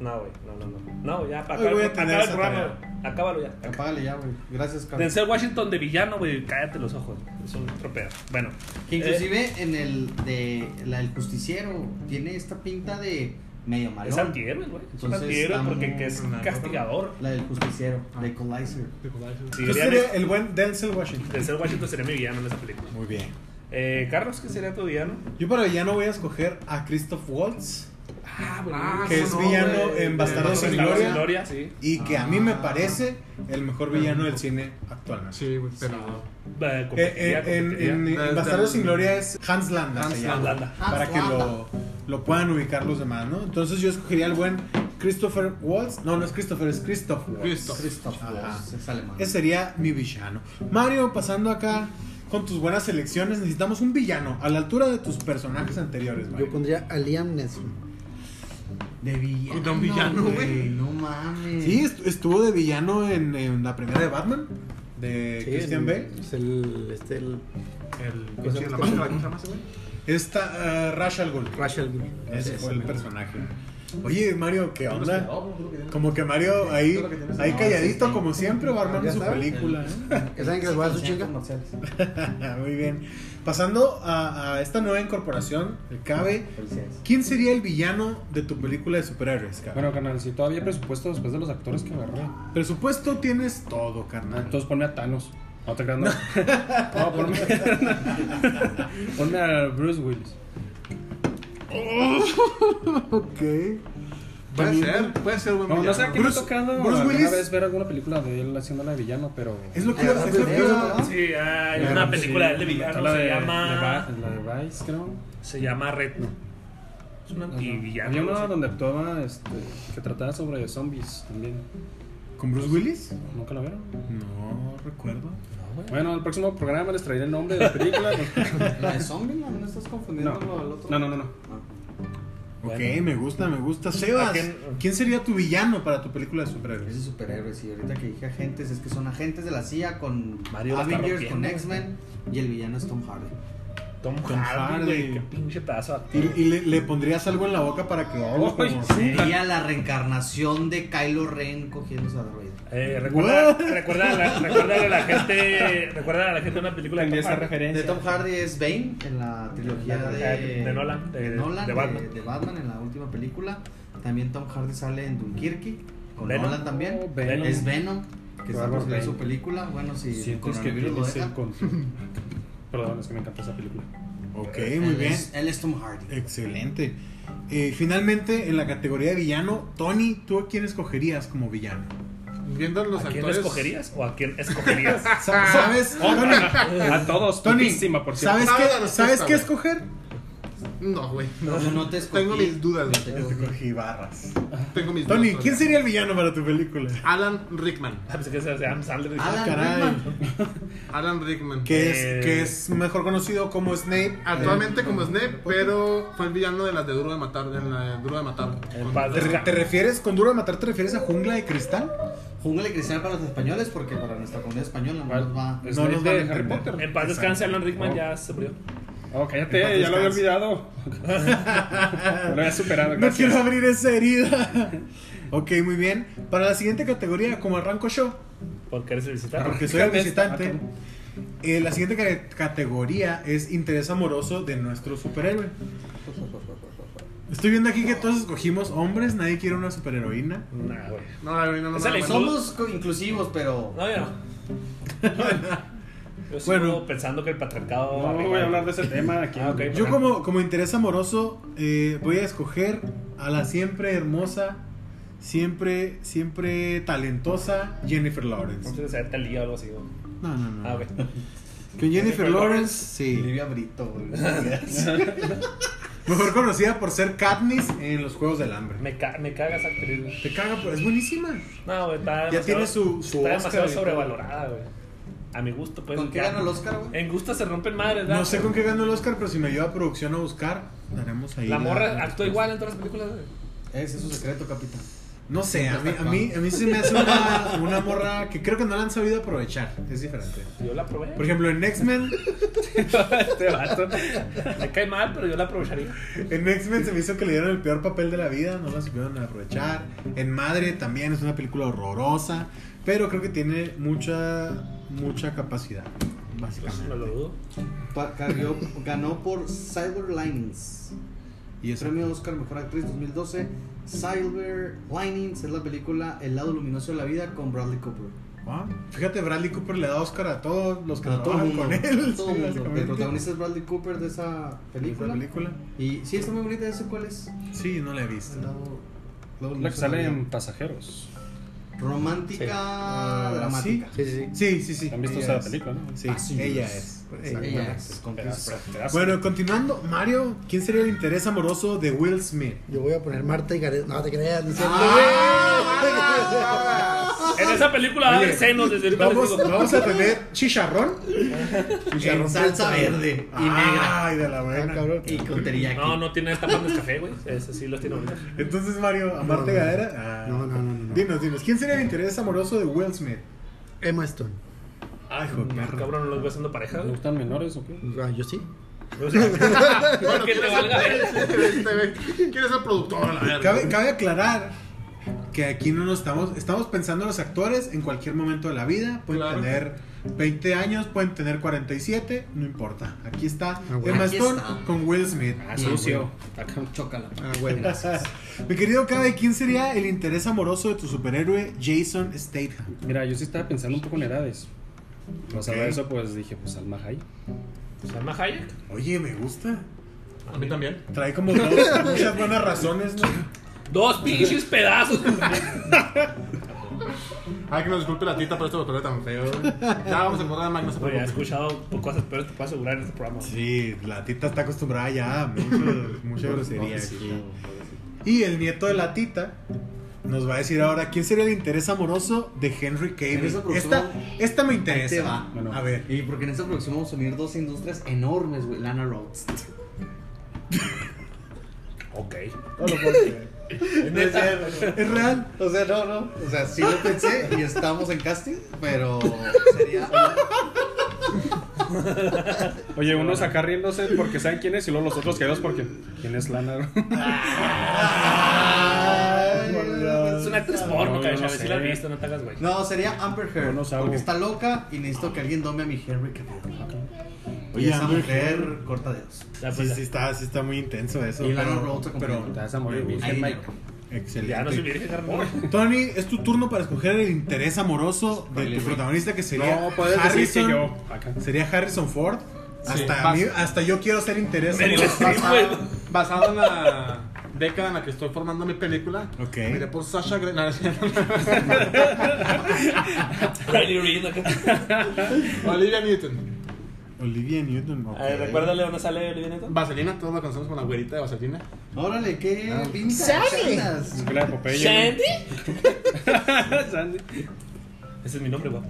C: No, güey, no, no, no. No, ya, acaba,
B: voy a
C: acaba
B: tener
C: el
B: esa
C: programa. Acábalo ya.
D: Apágale ya, güey. Gracias, Carlos.
C: Denzel Washington de villano, güey, cállate los ojos. Es un tropeo. Bueno.
D: Que
C: eh,
D: inclusive en el de la del justiciero tiene esta pinta de medio malo.
C: es antihéroe, güey. Es un
D: Entonces,
C: antihéroe
D: está
C: porque
D: muy-
C: que es un castigador.
D: La del justiciero, de Equalizer.
C: Si
B: Yo
C: dirían,
B: sería el buen Denzel Washington.
C: Denzel Washington sería mi villano en esa película.
B: Muy bien.
C: Eh, Carlos, ¿qué sería tu villano?
B: Yo para villano voy a escoger a Christoph Waltz,
F: Ah,
B: que es
F: cómo no,
B: villano
F: güey.
B: en Bastardos sin
C: Bastardos
B: Gloria,
C: Eh, sin Gloria, sí.
B: y que a mí me parece el mejor villano del cine actualmente.
F: Sí, güey, pero.
C: Eh,
B: Eh,
C: competiría,
B: eh, en,
C: competiría.
B: en- en
F: Desde
B: Bastardos
F: el-
B: sin Gloria es Hans Landa,
F: Hans
B: se llama,
C: Landa.
B: para
D: Hans
B: que
D: Landa.
B: lo, lo puedan ubicar los demás, ¿no? Entonces yo escogería al buen Christopher Waltz, no, no es Christopher, es Christoph Waltz.
F: Christoph.
D: Christoph
B: Ajá.
D: Waltz, es alemán.
B: Ese sería mi villano. Mario, pasando acá con tus buenas selecciones, necesitamos un villano a la altura de tus personajes anteriores. Mario.
G: yo pondría a Liam Neeson.
D: De villano.
F: De un villano, güey.
D: No mames.
B: Sí, est- estuvo de villano en, en la primera de Batman, de
G: Sí,
B: Christian
G: el-
B: Bale.
G: Es el, este, el
F: El pinche de la máscara, ¿cómo se llama ese güey?
B: Esta, eh, Ra's al Ghul.
G: Rachel.
B: Ese fue el personaje. Oye, Mario, ¿qué
F: Los
B: onda?
F: pedófilos, creo que tiene.
B: Como que Mario ahí,
F: Creo que tienes-
B: ahí
F: No, Ah,
B: calladito como siempre va armando
G: Ya
B: su
G: sabes.
B: película. ¿eh? *laughs*
G: Ya saben que les voy a dar su chinga.
D: Comerciales.
B: Muy bien. Pasando a, a esta nueva incorporación, el Cabe.
D: Felicidades.
B: ¿Quién sería el villano de tu película de superhéroes, Cabe?
E: Bueno, canal, si todavía hay presupuesto después de los actores que agarré.
B: Ah. Presupuesto tienes todo, carnal.
E: Entonces ponme a Thanos. No te creas, no. No, ponme, *laughs* ponme a Bruce Willis.
F: Puede ser, puede ser, güey.
E: No, no sé a quién me ha
B: Bruce-
E: tocado
B: Bruce
E: alguna
B: Willis.
E: vez ver alguna película de él haciéndola de villano, pero.
B: Es lo que
D: Ah,
B: es lo que-
D: ¿verdad?
C: Sí, hay una película de él de
E: Está
C: villano,
E: la
C: se
E: de-
C: llama...
E: de Ba- La de Vice, creo.
C: Se llama Red. Es un
E: Había
C: antivillano.
E: una
C: algo así.
E: donde actuaba, este, que trataba sobre zombies también.
B: ¿Con Bruce Willis?
E: ¿Nunca la vieron?
B: No recuerdo.
E: Bueno, el próximo programa les traeré el nombre de la película.
D: La de Zombie, no No estás confundiendo
E: No.
D: lo del otro.
E: No, no, no, no.
B: Ok, me gusta, me gusta. Sebas,
C: ¿A quién-
B: ¿quién sería tu villano para tu película de superhéroes?
D: Es de superhéroes y ahorita que dije agentes es que son agentes de la CIA con
C: Mario la está
D: Avengers,
C: rompiendo,
D: con
C: güey.
D: X-Men y el villano es Tom Hardy.
C: Tom,
B: Tom
C: Hardy, güey,
B: Hardy.
C: qué pinche pedazo de
B: ¿Y,
C: actor.
B: y le, le pondrías algo en la boca para que hable
E: Ay,
B: como-
E: sí.
D: Sería la reencarnación de Kylo Ren cogiéndose a Droid.
C: Eh, recuerda,
B: What?
C: recuerda, a la, recuerda a la gente, recuerda a la gente una película de
E: Tendría
C: Tom
E: esa
C: Hardy.
E: referencia.
D: De Tom Hardy es Bane en la trilogía
C: De-
D: de,
C: de Nolan, de-
D: de Nolan,
C: de
D: de-
C: Batman.
D: de Batman en la última película. También Tom Hardy sale en Dunkerque con
C: Venom.
D: Nolan también.
E: Oh, Venom.
D: Es Venom, que está por
E: Bárbaro,
D: salir su
E: Venom.
D: película. Bueno, si el
E: Sientes que
D: coronavirus lo
E: tienes el
D: deja.
E: control. *laughs* Perdón, es que me encanta
B: *laughs*
E: esa película.
B: Ok,
D: Él
B: muy bien.
D: es- él es Tom Hardy.
B: *laughs* Excelente. Eh, finalmente, en la categoría de villano, Tony, ¿tú a quién escogerías como villano?
F: Viendo los
C: ¿A quién
F: actores.
C: escogerías o a quién escogerías? Ah,
B: Sa- ¿Sabes? Tony,
E: A todos,
B: Tony,
E: topísima, por cierto.
B: ¿sabes,
F: Sabe la
B: qué,
F: respuesta,
B: ¿sabes qué
F: güey.
B: escoger?
F: No, güey.
D: No, no te escogí.
F: Tengo mis dudas. güey.
D: Te escogí.
B: barras.
F: Tengo mis
B: Tony,
F: dudas.
B: ¿quién sería el villano para tu película?
F: Alan Rickman.
C: Ah, pensé que ese era Adam Sandler.
D: Alan
B: caray.
D: Rickman.
F: Alan Rickman.
B: Que es,
C: Eh.
B: que es mejor conocido como Snape.
F: Actualmente como Snape, pero fue el villano de las de Duro de Matar, en la de Duro de Matar.
C: En paz
B: ¿Te, re- te
C: descanse.
B: refieres, con duro de matar, te refieres a jungla de cristal?
D: Jungla de cristal para los españoles, porque para nuestra comunidad española no nos va.
E: Es
B: no
E: de-
B: nos van a
E: de Harry
B: entender.
E: Potter.
C: En paz descanse, Alan Rickman
E: Oh.
C: ya se murió.
E: Oh, cállate, ya lo
B: *laughs*
E: había olvidado. lo había superado,
B: No
E: gracias.
B: quiero abrir esa herida. *laughs* ok, muy bien. Para la siguiente categoría, como arranco yo,
C: Porque eres el visitante.
B: porque soy el
E: Fíjate,
B: visitante,
E: ah,
B: eh, la siguiente ca- categoría es interés amoroso de nuestro superhéroe. Estoy viendo aquí que todos escogimos hombres, nadie quiere una superheroína.
C: Nah, güey.
F: No, la verdad, no, no,
C: Esa
F: no,
C: le-
F: no.
D: Somos co- inclusivos, pero.
C: No, yo no. Yo sigo
B: Bueno.
C: pensando que el patriarcado.
E: No voy a hablar de ese tema aquí.
C: Ah, ok.
B: Yo como, como interés amoroso eh, voy a escoger a la siempre hermosa, siempre, siempre talentosa Jennifer
C: No
B: Lawrence.
C: sé si sea Talía o algo así. ¿no?
B: No, no, no.
C: Ah, ok.
B: Con Jennifer Lawrence, sí.
D: Livia Brito, güey.
B: *laughs* Mejor conocida por ser Katniss en los Juegos del Hambre.
C: Me, ca me caga esa actriz. güey.
B: Te caga, pero es buenísima.
C: No, güey, está
B: Ya
C: demasiado-
B: tiene su- su
C: Está
B: Oscar
C: demasiado
B: y todo.
C: sobrevalorada, güey. A mi gusto, pues.
D: ¿Con qué
C: ya-
D: ganó el Oscar, güey?
C: En gusto se rompen madres, ¿verdad?
B: No sé con qué ganó el Oscar, pero si me ayuda a producción a buscar, daremos ahí.
C: La morra ah, actúa igual en todas las películas, güey.
D: Ese es su secreto, capitán.
B: No sé, a mí, a mí, a mí se me hace una, una morra que creo que no la han sabido aprovechar. Es diferente.
C: Pues Yo la probé.
B: Por ejemplo, en X-Men,
C: este vato. Me cae mal, pero yo la aprovecharía.
B: en X-Men se me hizo que le dieron el peor papel de la vida, no la supieron aprovechar. En Madre también es una película horrorosa, pero creo que tiene mucha, mucha capacidad,
C: No
B: básicamente.
C: Pues, lo dudo.
D: Pa- cargó- ganó por Cyber Linings.
B: Y eso
D: Premio Oscar Mejor Actriz 2012. Cyber Linings es la película El lado luminoso de la vida con Bradley Cooper.
B: Ah, Fíjate, Bradley Cooper le da Oscar a todos los que
D: A todo
B: trabajan
D: mundo,
B: con él.
D: a todo
B: sí,
D: mundo.
B: básicamente.
D: El protagonista es Bradley Cooper de esa
B: ¿La
D: película.
B: película?
D: Y sí, está muy bonita. ¿Ese cuál es?
B: Sí, no la he
D: El
B: visto.
D: lado, lado
E: La que
D: luminoso de
E: sale
D: la vida.
E: en Pasajeros.
D: Romántica,
B: Ah,
D: dramática. Ah,
G: Sí, sí, sí.
B: Sí, sí, sí.
E: ¿Han visto
B: Ella
E: esa
B: es.
E: película, no?
B: Sí,
D: Passengers.
B: ella es.
D: Ella es, con Chris
E: Pedazo,
D: Pratt.
E: pedazo.
B: Bueno, continuando, Mario, ¿quién sería el interés amoroso de Will Smith?
G: Yo voy a poner Marta y Gareth. No te creas, no es cierto,
C: En esa película va a haber senos desde el
B: Vamos, vamos a tener chicharrón.
D: En salsa verde y negra.
B: Ay, de la
G: güey. *laughs* Ah,
B: buena.
G: cabrón.
D: Y con teriyaki.
C: No, no tiene tapones café, güey. Ese sí los tiene ahorita.
B: Entonces, Mario, ¿amarte
G: No, no.
B: Gadera? Ah.
G: No, no, no, no.
B: Dinos, dinos, ¿quién sería el interés amoroso de Will Smith?
G: Emma Stone.
B: Ay, joder, perro.
C: Mm, Cabrón, no los veo siendo pareja,
E: ¿Le
C: güey.
E: gustan menores o qué?
G: Ah, yo sí.
C: O sea, ¿por qué te valga ver?
F: Este, güey, ¿Quién es el productor? a La verga?
B: Cabe, cabe aclarar que aquí no nos estamos, estamos pensando en los actores en cualquier momento de la vida. Pueden
F: Claro.
B: tener 20 años, pueden tener 47, no importa. Aquí está
G: Ah, bueno.
B: Emma
D: Aquí
B: Stone
D: está.
B: con Will Smith.
E: Ah, sucio. Acá.
D: Chócala.
G: Ah, güey.
B: Mi querido Cabe, ¿quién sería el interés amoroso de tu superhéroe Jason Statham?
E: Mira, yo sí estaba pensando un poco en edades. O sea,
B: Ok.
E: de eso pues dije, pues Alma High.
C: ¿Salma Hayek?
B: Oye, me gusta.
F: A mí también.
B: Trae como dos- muchas buenas razones, ¿no?
C: Dos pinches pedazos.
F: Ay, que nos disculpe la tita por este botón tan feo. Ya vamos a encontrar a Mike, no se
C: Oye, he
F: preocupe.
C: escuchado cosas peores, te puedo asegurar en este programa.
B: Sí, la tita está acostumbrada ya a *laughs* mucho- mucha grosería aquí. Y el nieto de la tita nos va a decir ahora quién sería el interés amoroso de Henry
D: En
B: Cavill.
D: esa producción-
B: Esta, esta me interesa.
D: Te este va.
E: Bueno.
B: A ver.
D: Y porque en esta producción vamos a unir dos industrias enormes, güey. Lana Rhodes.
C: Ok.
B: *laughs* No es cierto. Es real.
D: O sea, no, no. O sea, sí lo pensé y estamos en casting, pero sería.
E: Oye, unos acá riéndose porque saben quién es y luego los otros quedados porque. ¿Quién es Lana?
B: Ah,
C: Es una actriz porno,
E: No,
C: cabrón.
E: yo no
C: Si
E: sé.
C: la has visto, no te hagas, güey.
D: No, sería Amber Heard.
E: No, no sabo.
D: porque está loca y necesito que alguien dome a mi Henry Cavill.
B: Oye,
D: Oye, esa
B: Amber
D: mujer corta dedos.
C: Ya,
B: Sí,
C: pues,
B: sí está, sí está muy intenso eso.
D: Y Lana
B: pero,
D: Rhodes se
B: pero
D: complementa.
E: Te vas a morir, virgen,
D: Ahí,
E: Mike.
B: excelente.
C: ya no soy virgen,
B: *laughs*
C: carnal.
B: Tony, es tu turno para escoger el interés amoroso de tu protagonista que sería
E: No, puedes decir que
B: Harrison.
E: yo. Acá.
B: Sería Harrison Ford. Hasta,
F: vas.
B: mí- hasta yo quiero ser interés
C: Meryl
B: amoroso.
C: Streep, güey.
F: Basado en la década en la que estoy formando mi película,
B: Ok.
F: miré por Sasha *laughs* Grey.
C: Riley Reid acá.
F: Olivia Newton.
B: Olivia Newton. ok.
C: A ver, Recuérdale dónde sale Olivia Newton.
F: Vaselina, todos la conocemos con la güerita de Vaselina.
D: Órale, qué Ah, pinta.
E: Es
D: ¡Sale!
E: que la de Popeye. *laughs*
C: Shandy.
E: güey. Sandy.
C: Ese es mi nombre, güey.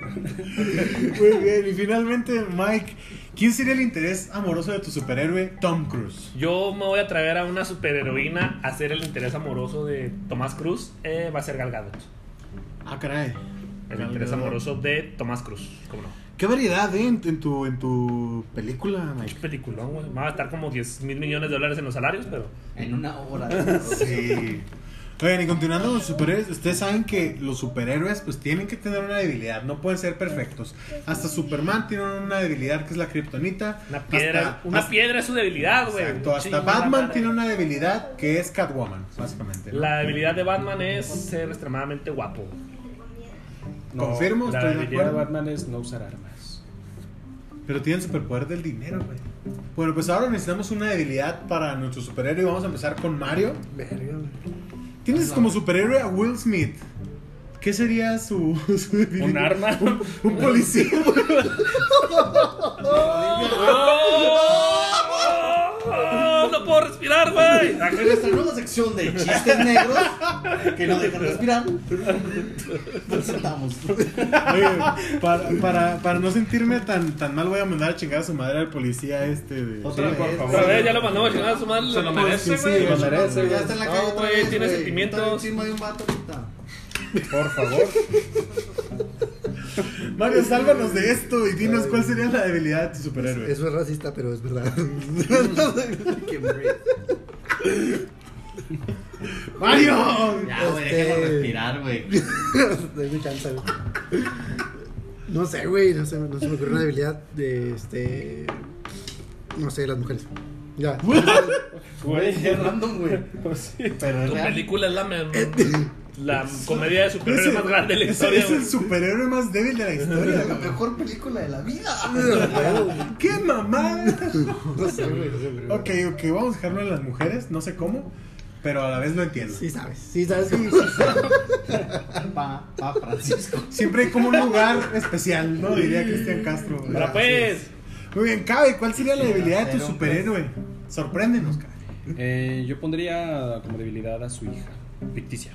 B: Muy bien, y finalmente, Mike, ¿quién sería el interés amoroso de tu superhéroe, Tom Cruise?
C: Yo me voy a traer a una superheroína a hacer el interés amoroso de Tomás Cruz. eh, va a ser Gal Gadot.
B: Ah, caray.
C: El
B: Gal
C: interés
B: Gadot.
C: amoroso de Tomás Cruz. ¿Cómo no?
B: Qué variedad, ¿eh? En, en tu, en tu película,
C: Qué
B: Mike.
C: peliculón, güey. Va a estar como 10 mil millones de dólares en los salarios, pero.
D: *laughs* En una hora.
B: Sí. Oigan, y continuando con los superhéroes, ustedes saben que los superhéroes pues tienen que tener una debilidad, no pueden ser perfectos. Hasta Superman tiene una debilidad que es la kriptonita.
C: Una piedra.
B: Hasta-
C: una
B: hasta-
C: piedra es su debilidad, güey.
B: Exacto, hasta
C: Chingada
B: Batman
C: madre.
B: tiene una debilidad que es Catwoman, básicamente. ¿no?
C: La debilidad de Batman es ser extremadamente guapo.
B: Confirmo,
C: la
B: estoy de
E: La idea de
B: acuerdo.
E: Batman es no usar armas.
B: Pero tiene el superpoder del dinero, güey. Bueno, pues ahora necesitamos una debilidad para nuestro superhéroe. Vamos a empezar con Mario. Tienes como superhéroe a Will Smith. ¿Qué sería su, *laughs* su debilidad?
C: Un arma.
B: Un, un policía. güey.
C: ¡Oh! ¡No puedo respirar, güey!
D: En nuestra nueva sección de chistes negros que no dejan respirar, presentamos.
B: Oye, para, para, para no sentirme tan, tan mal, voy a mandar a chingar a su madre al policía este. De...
D: Otra vez.
C: Otra vez ya lo mandamos a chingar a su madre. pues,
F: Se
B: Sí,
C: Lo merece,
F: lo
B: sí,
C: güey.
B: lo merece, güey.
D: Ya está en la calle
C: No,
D: otra
C: güey,
D: vez,
C: tiene
D: güey.
C: sentimientos.
D: Está encima de un vato ahorita.
B: Por favor. Mario, sálvanos de esto y dinos cuál sería la debilidad de tu superhéroe.
G: Eso es racista, pero es *laughs* verdad.
D: Qué mierda.
B: ¡Mario!
D: Ya, güey,
G: Este-
F: Eh,
D: déjalo respirar, güey.
G: *laughs* Doy mi chance, güey. No sé, güey. No, sé, no se me ocurrió una debilidad de este. No sé, las mujeres. *laughs* Ya.
D: *laughs*
E: Güey.
D: Qué random, güey. Pero es
C: Tu
D: real.
C: película es la, me- *coughs* la comedia de superhéroes
B: el-
C: más grande de la
B: es-
C: historia.
B: Es el superhéroe más débil de la historia.
D: La
B: güey.
D: mejor película de la vida.
B: ¡Qué mamada!
G: Ah, No sé, güey. no se me ocurrió.
B: ok, ok, vamos a dejarlo en las mujeres, no sé cómo, pero a la vez lo entiendo.
G: Sí, sabes. Sí, sabes. que-
D: Pa, pa, Francisco.
B: Siempre hay como un lugar especial, ¿no? Diría Cristian Castro. güey.
C: Ahora pues,
B: Muy bien, Cabe, ¿cuál sería la debilidad de tu
D: Pero,
B: superhéroe?
E: pues.
B: Sorpréndenos, Cabe.
E: Eh, yo pondría como debilidad a su hija. Ficticia.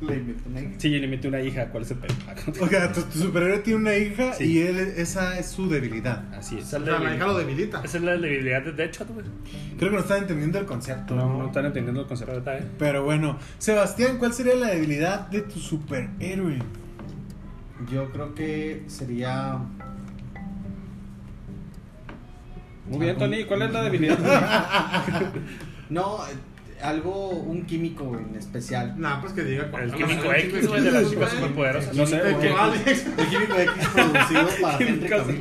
D: Le inventó una hija.
E: Sí, le metí una hija. ¿Cuál es el pedo?
B: O sea, tu, tu superhéroe tiene una hija
E: Sí.
B: y él, esa es su debilidad.
E: Así es.
C: esa es
F: O sea,
C: la
F: la hija
C: debilidad-
F: lo debilita.
C: esa es la debilidad de Deadshot, güey.
B: Creo que no están entendiendo el concepto.
E: No, no están entendiendo el concepto.
C: Pero está bien.
B: Pero bueno, Sebastián, ¿cuál sería la debilidad de tu superhéroe?
D: Yo creo que sería.
E: Muy bien, Tony. ¿Cuál es la *laughs* debilidad?
D: No, eh, algo, un químico güey, en especial.
F: Nah, pues que diga
C: El químico X, güey, de las chicas superpoderosas.
E: No sé.
F: El
E: güey. *laughs*
F: que vale.
D: El químico X producido
G: *laughs*
D: para Henry
C: Químico
D: Cavill.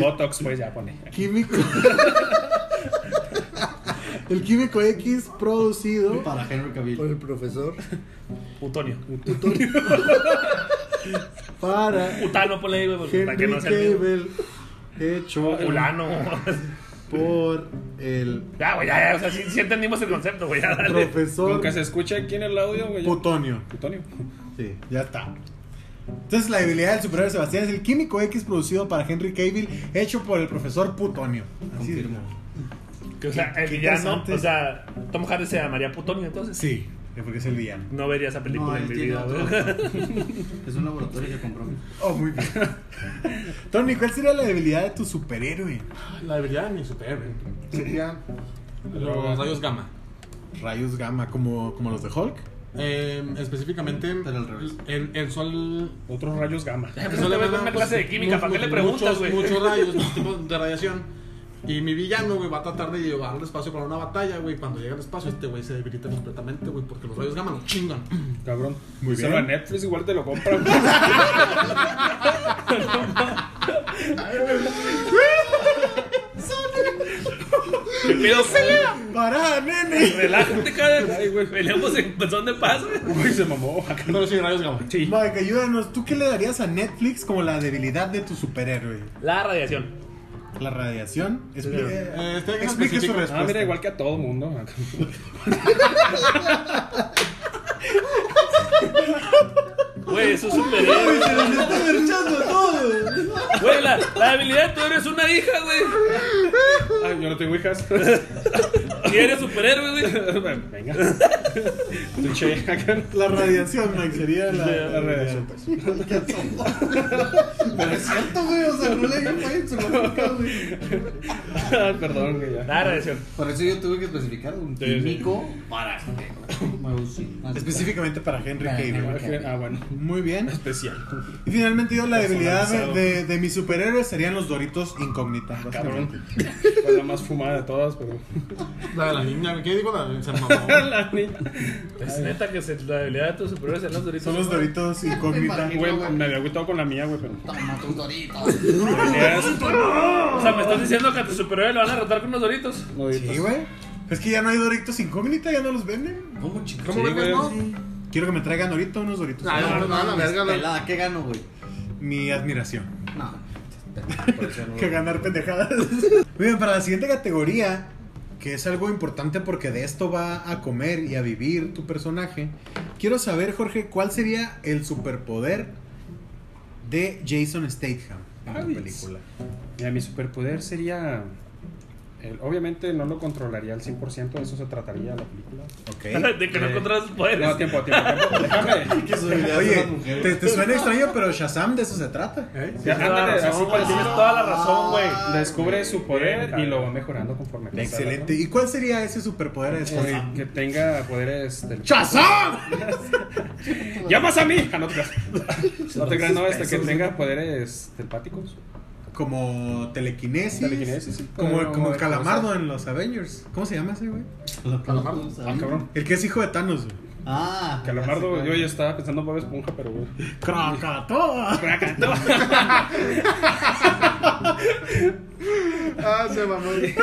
E: Botox, pues ya pone.
B: Químico. *laughs* el químico X producido.
D: Para Henry
G: Por
D: Cavill.
G: el *laughs* profesor.
C: Utonio.
B: para
C: Utano, ponle ahí, güey, porque- para que
B: Henry
C: no sea el mismo.
B: Cable hecho
C: Ulano.
B: por el
C: *laughs* Ya, güey, ya, ya. O sea, sí, sí entendimos el concepto, güey. Ya, dale.
B: profesor
E: Nunca se escucha aquí en el audio, güey.
B: Putonio.
E: Plutonio.
B: Sí, ya está. Entonces la debilidad del superhéroe Sebastián es el químico X producido para Henry Cavill hecho por el profesor Putonio. Así de-
C: Que, o sea,
B: Qué-
C: el
B: qué
C: villano,
B: interesante.
C: o sea, Tom Hardy se llamaría Putonio, entonces.
B: Sí, es porque es el día.
C: No vería esa película
D: No,
C: en
D: él
C: mi
D: tiene
C: vida,
D: otro.
C: güey.
B: *laughs*
D: Es un laboratorio que compró.
B: Oh, muy bien. *laughs* Tony, ¿cuál sería la debilidad de tu superhéroe?
F: La debilidad de mi superhéroe. Sería los rayos gamma.
B: Rayos gamma, como, como los de Hulk.
F: eh, específicamente
D: Pero al revés.
F: el, el sol
E: Otros rayos gamma.
F: el
C: Este
F: sol
C: güey
F: emana,
C: fue una
F: pues,
C: clase de química,
F: mu-
C: ¿para qué le
F: mu-
C: preguntas,
F: muchos-
C: güey? *laughs*
F: Muchos rayos, muchos tipos de radiación. Y mi villano, güey, va a tratar de llevar al espacio para una batalla, güey. Cuando llega al espacio, este güey se debilita completamente, güey, porque los rayos gamma lo chingan.
E: Cabrón.
B: Muy
E: Solo
B: bien.
E: a Netflix igual te lo compra. güey.
C: ¿Qué pedo?
B: Pará, nene.
C: Relájate, cara. Peleamos en son de paz, güey.
E: Güey, se mamó.
F: Pero sí, rayos gamma.
E: Sí.
B: Mike, ayúdanos. ¿Tú qué le darías a Netflix como la debilidad de tu superhéroe?
C: La radiación.
B: ¿La radiación? Expli-
F: Eh, este,
B: eh, Explique su
F: específico.
B: respuesta.
E: Ah, mira, igual que a todo mundo.
C: Güey, eso es un superhéroe.
B: Se les está derechando todo.
C: Güey, la, la habilidad, tú eres una hija, güey.
E: Ay, yo no tengo *laughs* hijas.
C: Y eres superhéroe, güey.
E: Venga. Tuche, acá.
B: La radiación, Mike, sería la,
E: La radiación.
D: Pero es cierto, güey. O sea, no le digan, güey, se lo marca, güey.
E: Ay, Ah, Perdón, güey. ya.
C: La radiación.
D: Por eso yo tuve que especificar un
C: Sí, sí.
D: químico para. Me usé.
B: Específicamente para Henry
D: Ah,
B: Cavill.
D: no.
E: Ah, bueno.
B: Muy bien.
E: Especial.
B: Y finalmente yo la debilidad de, de, de mi superhéroe serían los Doritos incógnita. básicamente.
E: Ah, Cabrón. Fue la más fumada de todas, pero. *laughs*
F: La de la niña, güey. ¿qué digo? La de se
B: *laughs*
F: mamó.
E: La niña.
C: Es neta que se, la habilidad de tu superhéroe son los doritos.
B: Son los Doritos incógnita.
E: Güey, me había agüitado con la mía, güey, pero.
D: Toma tus doritos.
C: O sea, me estás diciendo que a tu superhéroe lo van a rotar con unos doritos.
E: No,
B: Sí, güey. Es que ya no hay Doritos incógnita, ya no los venden.
D: ¿Cómo chico?
F: ¿Cómo
E: Sí,
F: vergas, no?
E: güey.
B: Quiero que me traigan ahorita unos Doritos.
F: Ah, no, no, no, la verga, la-
D: Pelada, ¿qué gano, güey?
B: Mi admiración.
D: No. Por eso no-
B: Que ganar
D: *laughs*
B: pendejadas. Muy bien, para la siguiente categoría, que es algo importante porque de esto va a comer y a vivir tu personaje, quiero saber, Jorge, cuál sería el superpoder de Jason Statham en la
E: Ay,
B: película.
E: Mira, mi superpoder sería. el- obviamente no lo controlaría al 100%, de eso se trataría la película.
B: Ok.
C: *laughs* De que no controlas sus poderes.
E: No, tiempo, tiempo, tiempo. Déjame.
D: Que soy pues, de
B: Oye,
D: las mujeres.
B: te, te suena extraño, pero Shazam de eso se trata.
F: ¿Eh?
E: Ya,
C: Tienes toda la
E: ándale, así
B: pues,
C: razón, güey.
E: cualquier-
C: Tienes toda la razón, güey.
E: Ah, Descubre su poder
C: Bien,
E: y lo va
C: cabrón.
E: mejorando conforme pasa la
B: Excelente. ¿Y cuál sería ese superpoder de
E: Eh,
B: Shazam?
E: que tenga poderes del
B: ¡Shazam!
E: ¡Llamas a mí! Ah, no te creas. No te creas, no, este, que tenga poderes telepáticos.
B: Como telequinesis.
E: Telequinesis, sí.
B: Como,
E: Pero-
B: como el calamardo en los Avengers. ¿Cómo se llama ese, güey?
E: Ah, cabrón.
B: El que es hijo de Thanos, güey.
D: Ah, ya
E: Calamardo,
D: sé
E: yo
D: cuál.
E: ya estaba pensando en Bob Esponja, pero güey.
B: ¡Krakatoa!
G: *laughs* Ah, se mamó.
B: *laughs*
D: Quiero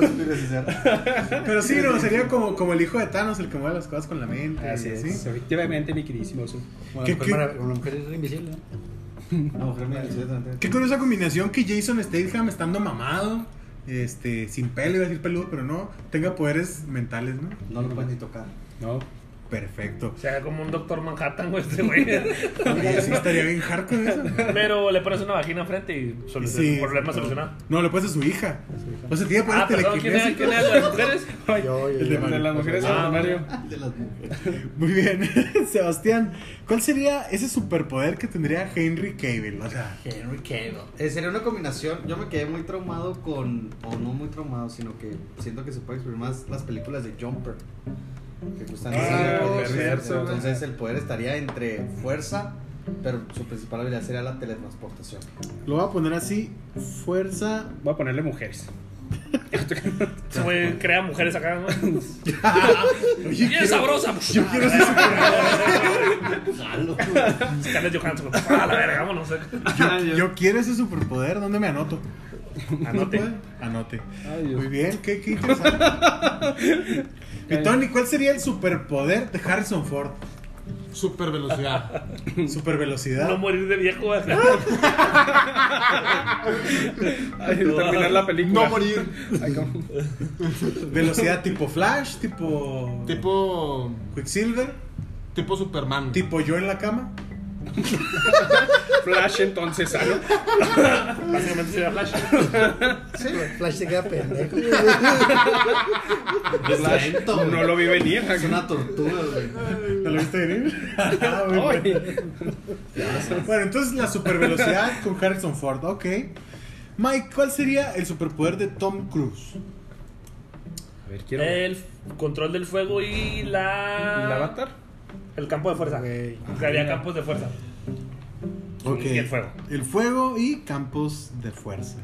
D: respirar, César.
B: Pero sí, no, sería como, como el hijo de Thanos, el que mueve las cosas con la mente. y
E: Así es.
B: así.
E: eh, Efectivamente, mi queridísimo. oso.
B: ¿Qué-
G: Bueno,
B: qué-
G: para- Una mujer era invisible. ¿no?
D: Una mujer me decía
G: pues,
D: tanto.
B: Qué curiosa combinación que Jason Statham, estando mamado, este, sin pelo, iba a decir peludo, pero no, tenga poderes mentales, ¿no?
D: No lo pueden ni tocar.
E: No.
B: Perfecto.
C: O sea, como un doctor Manhattan, güey, este güey.
B: Oye, sí, estaría bien hardcore eso.
C: Pero le pones una vagina frente y soluciona
B: Sí.
C: el problema solucionado.
B: No, le puedes a su hija. Pues O sea, tiene poderes
C: Ah, perdón, ¿quién era,
B: telequinesis.
C: ¿quién era las mujeres?
E: Ay,
G: Yo, yo,
B: El de
G: yo.
B: Mario.
E: de las mujeres
C: Ah,
E: ah, Mario.
D: De las mujeres.
B: *laughs* Muy bien, Sebastián, ¿cuál sería ese superpoder que tendría Henry Cavill? O sea,
D: Henry Cavill. Eh, sería una combinación. Yo me quedé muy traumado con. O no muy traumado, sino que siento que se puede exprimir más las películas de Jumper. Que gustan
E: Ah,
D: así,
E: el
D: ¿no?
E: verso,
D: Entonces el poder estaría entre fuerza, pero su principal habilidad sería la teletransportación.
B: lo voy a poner así, fuerza...
E: Voy a ponerle mujeres.
C: Ese güey crea mujeres acá, ¿no?
B: Oye,
C: Bien sabrosa. pues.
B: yo quiero ese
C: Scarlett Johansson. güey. Ah, la verga, vámonos. eh.
B: super- yo quiero ese superpoder, ¿dónde me anoto?
C: Anote.
B: Anote.
E: Ay, Dios.
B: Muy bien, qué, qué interesante.
C: *laughs*
B: Y Tony, ¿cuál sería el superpoder de Harrison
C: *laughs*
B: Ford?
F: Super velocidad.
B: Supervelocidad.
C: No morir de viejo. güey.
E: *laughs* Ay, terminar la película.
F: No morir.
E: Ay, cómo-
B: Velocidad tipo Flash, tipo...
F: Tipo.
B: Quicksilver,
F: Tipo Superman.
B: tipo yo en la cama.
E: Flash entonces, ¿sabes?
C: Básicamente sería Flash.
G: Flash se queda pendejo.
E: Flash.
D: lento, güey.
E: No lo vi venir.
D: Es una tortuga, güey.
B: ¿Te lo viste
C: *laughs*
B: venir? Ah, muy bien. Bueno, entonces la supervelocidad con Harrison Ford, ok. Mike, ¿cuál sería el superpoder de Tom Cruise?
E: A ver, quiero.
C: Eh, El control del fuego y la.
E: ¿El avatar?
C: El campo de fuerza.
G: Güey.
C: Que había campos de fuerza.
B: Ok.
C: Y el fuego.
B: El fuego y campos de fuerza.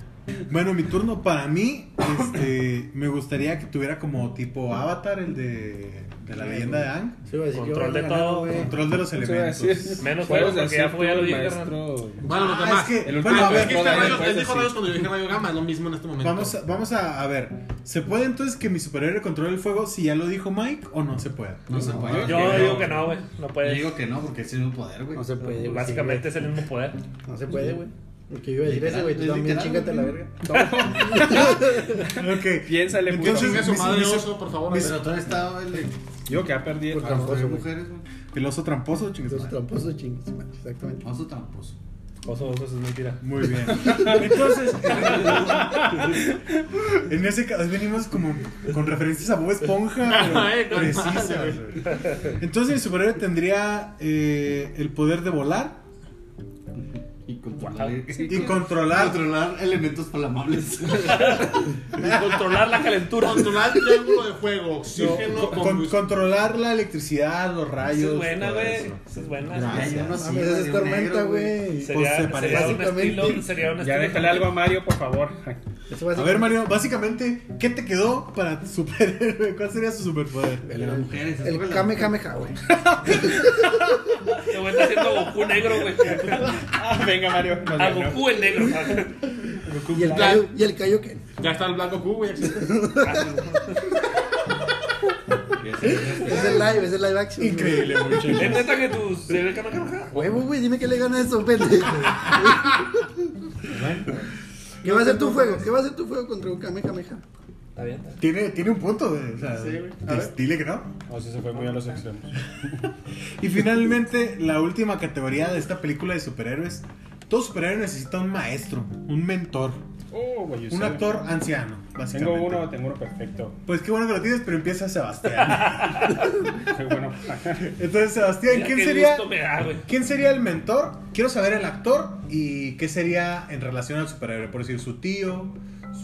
B: Bueno, mi turno para mí, este, me gustaría que tuviera como tipo avatar el de, de la leyenda de Ang.
G: Sí, iba a decir, yo
C: Control
G: voy a
C: de
G: ganar,
C: todo,
G: güey.
B: Control de los elementos.
C: Menos
E: Puedes
C: fuego, porque
E: decir
C: ya fue, ya lo
E: tu
C: dije,
E: maestro.
F: Bueno, los
B: Ah,
F: demás.
B: es que-
F: el
B: bueno, a
F: último-
B: ver,
F: es que este
E: Rodan,
F: rayos-
E: puedes
F: él dijo
E: decir.
F: rayos cuando yo dije rayo gamma, es lo mismo en este momento.
B: Vamos, a, vamos a, a ver, ¿se puede entonces que mi superhéroe controle el fuego si ya lo dijo Mike o no se puede?
D: No se puede.
C: Yo digo que no, güey. No
D: Yo
C: puede.
D: digo que no, porque ese es un poder, güey.
G: No se puede, güey.
C: Básicamente es el mismo poder.
G: No se puede, güey. Lo que iba a decir
D: Literal,
G: ese, güey, tú
D: es
G: también
D: literal,
G: chingate la
D: güey. *laughs*
G: verga.
E: *laughs*
B: Ok.
E: Piénsale, puto.
B: Entonces,
F: Chingue su
B: mis-
F: madre,
B: mis-
F: oso, por favor.
D: Pero todo está el de
E: Yo que ha perdido.
G: Por
E: Ah,
G: tramposo,
D: las
G: güey.
D: mujeres, güey.
B: El oso tramposo, chingue su
G: Entonces
B: madre.
G: tramposo chingues, madre, exactamente.
D: Oso tramposo.
C: Oso, oso, eso es mentira.
B: Muy bien. Entonces, en ese caso venimos como con referencias a Bob Esponja,
F: Ay,
B: pero
F: no
B: precisas.
F: mames.
B: güey. Entonces, el superhéroe tendría eh, el poder de volar
D: Y controlar,
B: y controlar.
D: controlar elementos palamables.
C: Controlar la calentura.
F: Controlar el triángulo de fuego, oxígeno,
B: con-
F: combustible.
B: controlar la electricidad, los
C: Esa
B: rayos.
C: es buena,
B: todo
C: güey.
B: eso.
C: Esa es buena.
D: Ya,
B: Gracias.
D: hay uno
G: No
D: así,
G: mames,
D: güey,
G: esa
D: de
G: es
D: un
G: Ah, tormenta,
D: negro,
G: güey.
B: Pues se
C: Sería,
B: parece.
C: sería un
G: Básicamente.
C: estilo. Sería un
E: Ya
C: estilo.
E: déjale algo a Mario, por favor. Ay,
G: Eso va
B: A
G: ser-
B: ver, Mario, básicamente, ¿qué te quedó para tu superhéroe? ¿Cuál sería su superpoder?
D: El de las mujeres. es
G: El
D: sobre las-
G: Kamehameha, güey.
C: Se vuelve haciendo Goku negro, güey.
E: Ah, Venga, Mario. nos
C: A
E: ganó.
C: Goku el negro.
G: Y el Kaio- Y el Kaioken.
F: Ya está el blanco Q, güey. existe.
G: Es el live, es el live action. güey.
B: Increíble, muchacho.
C: ¿Es neta que tú se ve Kamehameha?
G: Huevo, güey, dime que le gana eso, pendejo. ¿Qué va a hacer tu fuego? ¿Qué va a hacer tu fuego contra un Kamehameha?
C: Está bien. está bien.
B: Tiene, tiene un punto, güey. O sea,
D: güey.
B: dis- dile que no.
E: O sea, Oh, se fue muy a los extremos.
B: Y finalmente, la última categoría de esta película de superhéroes. Todo superhéroe necesita un maestro, un mentor,
E: Oh, güey, yo
B: un
E: sé.
B: actor anciano,
E: Tengo
B: básicamente.
E: uno, tengo uno perfecto.
B: Pues qué bueno que lo tienes, pero empieza Sebastián.
E: Qué *laughs* bueno.
B: Entonces, Sebastián,
C: Mira
B: ¿quién
C: qué
B: sería,
C: gusto me da, güey.
B: ¿quién sería el mentor? Quiero saber el actor y qué sería en relación al superhéroe. Por decir, su tío,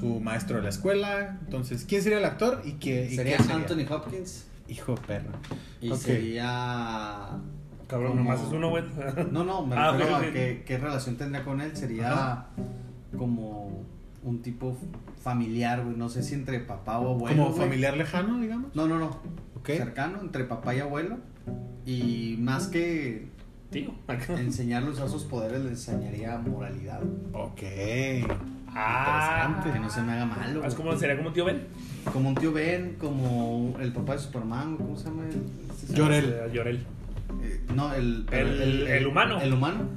B: su maestro de la escuela. Entonces, ¿quién sería el actor y qué y
D: Sería
B: quién sería?
D: Anthony Hopkins.
B: Hijo de perra.
D: Y
B: Ok.
D: sería.
C: Cabrón,
D: Como-
C: nomás es uno, güey.
D: No, no, me
C: *laughs* Ah,
D: refiero
C: ok,
D: a
C: ok.
D: qué, qué relación tendría con él. Sería como un tipo familiar, güey. No sé si entre papá o abuelo.
B: Como
D: güey.
B: familiar lejano, digamos.
D: No, no, no.
B: Ok.
D: Cercano, entre papá y abuelo. Y más que
C: Tío.
D: enseñarles a sus poderes, les enseñaría moralidad.
B: Ok.
C: Ah.
D: Que no se me haga malo.
C: Es
D: güey.
C: como, sería como tío Ben.
D: Como un tío Ben, como el papá de Superman, ¿cómo se llama? el-
B: Llorel.
C: Llorel.
D: Eh, No, el,
C: El- el humano.
D: El humano.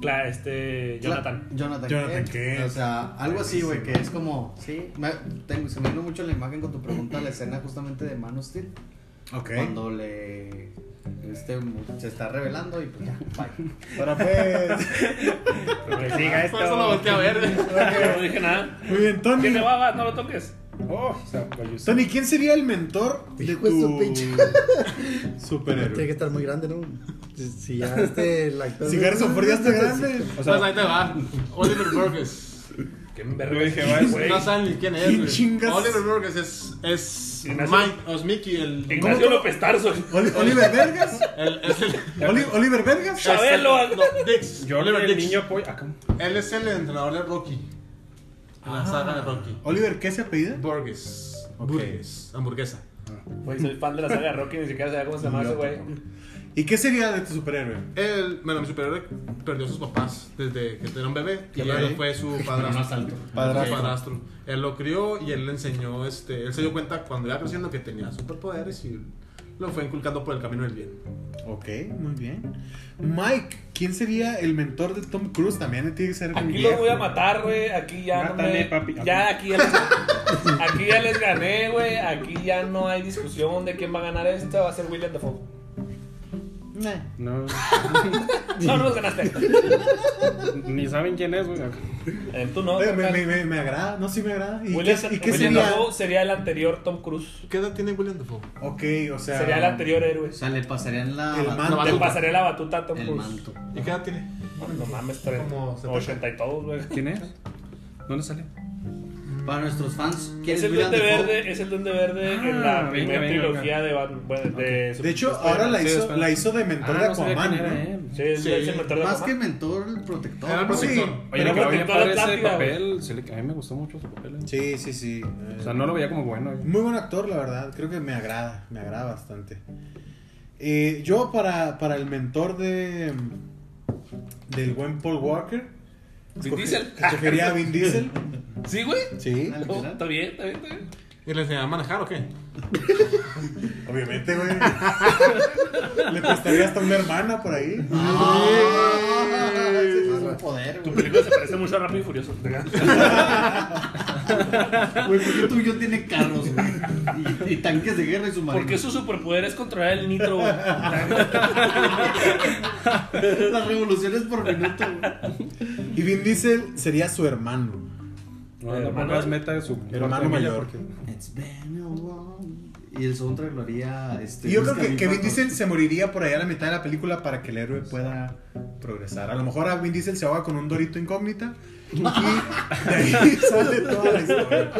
C: Claro, este. Jonathan.
D: Cla- Jonathan.
B: Jonathan
D: Kent.
B: Kent.
D: O sea, algo así, güey, que es como. Sí, me, tengo, se me vino mucho la imagen con tu pregunta, la escena justamente de Man of Steel.
B: Ok.
D: Cuando le. Este se está revelando y pues ya, bye.
B: *laughs* Ahora pues.
C: Que siga esto.
F: Por eso lo volteé a ver. güey.
C: No dije nada.
B: Muy bien, Tony.
C: Tiene babas, no lo toques.
E: Oh, se fue yo sé.
B: Tony, ¿quién sería el mentor de
G: Hijo de su
B: tu
G: pinche. Tiene
B: *laughs*
G: que
B: superhéroe?
G: estar muy grande, ¿no? Si, si *laughs* ya este el actor.
B: Si Harrison Ford ya está grande.
E: O
F: Pues
E: sea,
F: ahí te va. Oliver Burgess.
C: Qué
E: yo
C: verga.
E: dije, va, es-
C: Güey.
F: No saben ni quién es.
B: ¿Quién
F: güey.
B: chingas?
F: Oliver Burgess es. Es.
C: Ignacio.
F: Mike. O es Mickey, el.
C: Ignacio López Tarso.
B: Oli- Oliver Vergas.
F: el- es el.
B: Oli- Oliver Vergas.
C: Chabelo.
F: No, Dix.
E: Yo le
F: Oliver
E: el
F: Dix.
E: niño apoyo. Ah, ¿cómo?
F: Él es el entrenador de Rocky. En la saga de Rocky.
B: Oliver, ¿qué se apellida?
F: Burgess.
B: Ok.
F: Burgess. Hamburguesa.
C: Güey, soy fan de la saga de Rocky, ni siquiera sabía cómo se llama ese güey.
B: ¿Y qué sería de tu superhéroe?
F: Él, bueno, mi superhéroe perdió a sus papás desde que era un bebé y él fue su padrastro.
B: Padrastro.
F: Su padrastro. Él lo crió y él le enseñó, este, él se dio cuenta cuando iba creciendo que tenía superpoderes y lo fue inculcando por el camino del bien.
B: Ok, muy bien. Mike, ¿quién sería el mentor de Tom Cruise? También tiene que ser un
C: Aquí
B: viejo.
C: los voy a matar, güey. Aquí ya no
E: Mátame,
C: me...
E: papi.
C: Ya aquí ya les... *laughs* aquí ya les gané, güey. Aquí ya no hay discusión de quién va a ganar esto. Va a ser William Dafoe.
E: No,
C: No, no los ganaste.
E: ni saben quién es, güey.
C: Eh, tú no.
B: Oye, Me,
C: carnal.
B: me- me- me agrada, no, sí me agrada. ¿Y
C: William,
B: qué, y qué
C: William
B: sería?
C: Dafoe sería el anterior Tom Cruise.
F: ¿Qué edad tiene William Dafoe?
B: Ok, o sea.
C: Sería el anterior héroe.
D: O sea, le pasarían la.
B: El
D: la-
B: manto. pues.
C: Te pasaré la batuta a Tom
D: el
C: Cruise.
D: manto.
F: ¿Y qué edad tiene?
C: No mames, tres.
F: Como 70.
C: 80 y todos, güey.
E: Ah, ¿Quién es? ¿Dónde sale?
D: Para nuestros fans, ¿quién
C: Es
D: es
C: el
D: William
C: Duende
D: Dafoe?
C: Verde, es el Duende Verde en
E: Ah,
C: la primera
E: venga, venga,
C: trilogía de Batman. bueno, de,
B: De hecho,
C: Spider-Man.
B: ahora la
E: sí,
B: hizo,
E: Spider-Man.
B: la hizo de mentor de
E: Ah, no sabía
B: Aquaman,
E: quién era
B: ¿no?
E: él.
C: Sí, es el
F: Sí.
C: mentor de
D: Más
C: Aquaman.
D: que mentor, el protector.
B: Ah,
F: Era el
D: ¿no?
F: protector.
E: Oye,
C: Era
E: le quedó bien
C: protector
E: padre ese
C: Atlántida, güey.
E: papel. se le- a mí me gustó mucho su papel. eh.
B: Sí, sí, sí.
E: O sea, no lo veía como bueno. eh.
B: Muy buen actor, la verdad. Creo que me agrada, me agrada bastante. Eh, yo para, para el mentor de del buen Paul Walker.
C: Vin
B: escoge-
C: Diesel.
B: Escogería a Vin
C: *laughs*
B: Diesel.
C: Sí, güey.
B: Sí.
D: Al
C: Oh,
D: final.
C: Está bien, está bien, está bien.
F: ¿Y les enseñaba a manejar o qué?
B: Obviamente, güey. *laughs* Le prestaría hasta una hermana por ahí.
D: Ah, *laughs* ese es un poder,
C: Tu
D: güey.
C: película se parece mucho a Rápido y Furioso.
D: Güey, ¿por qué tú y yo tiene carros, güey? Y, y tanques de guerra y submarinos.
C: Porque su superpoder es controlar el nitro, güey.
D: Las revoluciones por minuto, güey.
B: Y Vin Diesel sería su hermano.
E: No,
C: El
E: no
C: hermano-
E: pongas meta de su
B: hermano
E: cuarta milla
B: mayor.
D: It's been a long- Y el soundtrack lo haría. Este,
B: Y yo
D: Wiz
B: creo que, que
D: Khalifa
B: Vin
D: con-
B: Diesel se moriría por allá a la mitad de la película para que el héroe pueda progresar. A lo mejor a Vin Diesel se ahoga con un dorito incógnita y de ahí *laughs* sale toda la historia.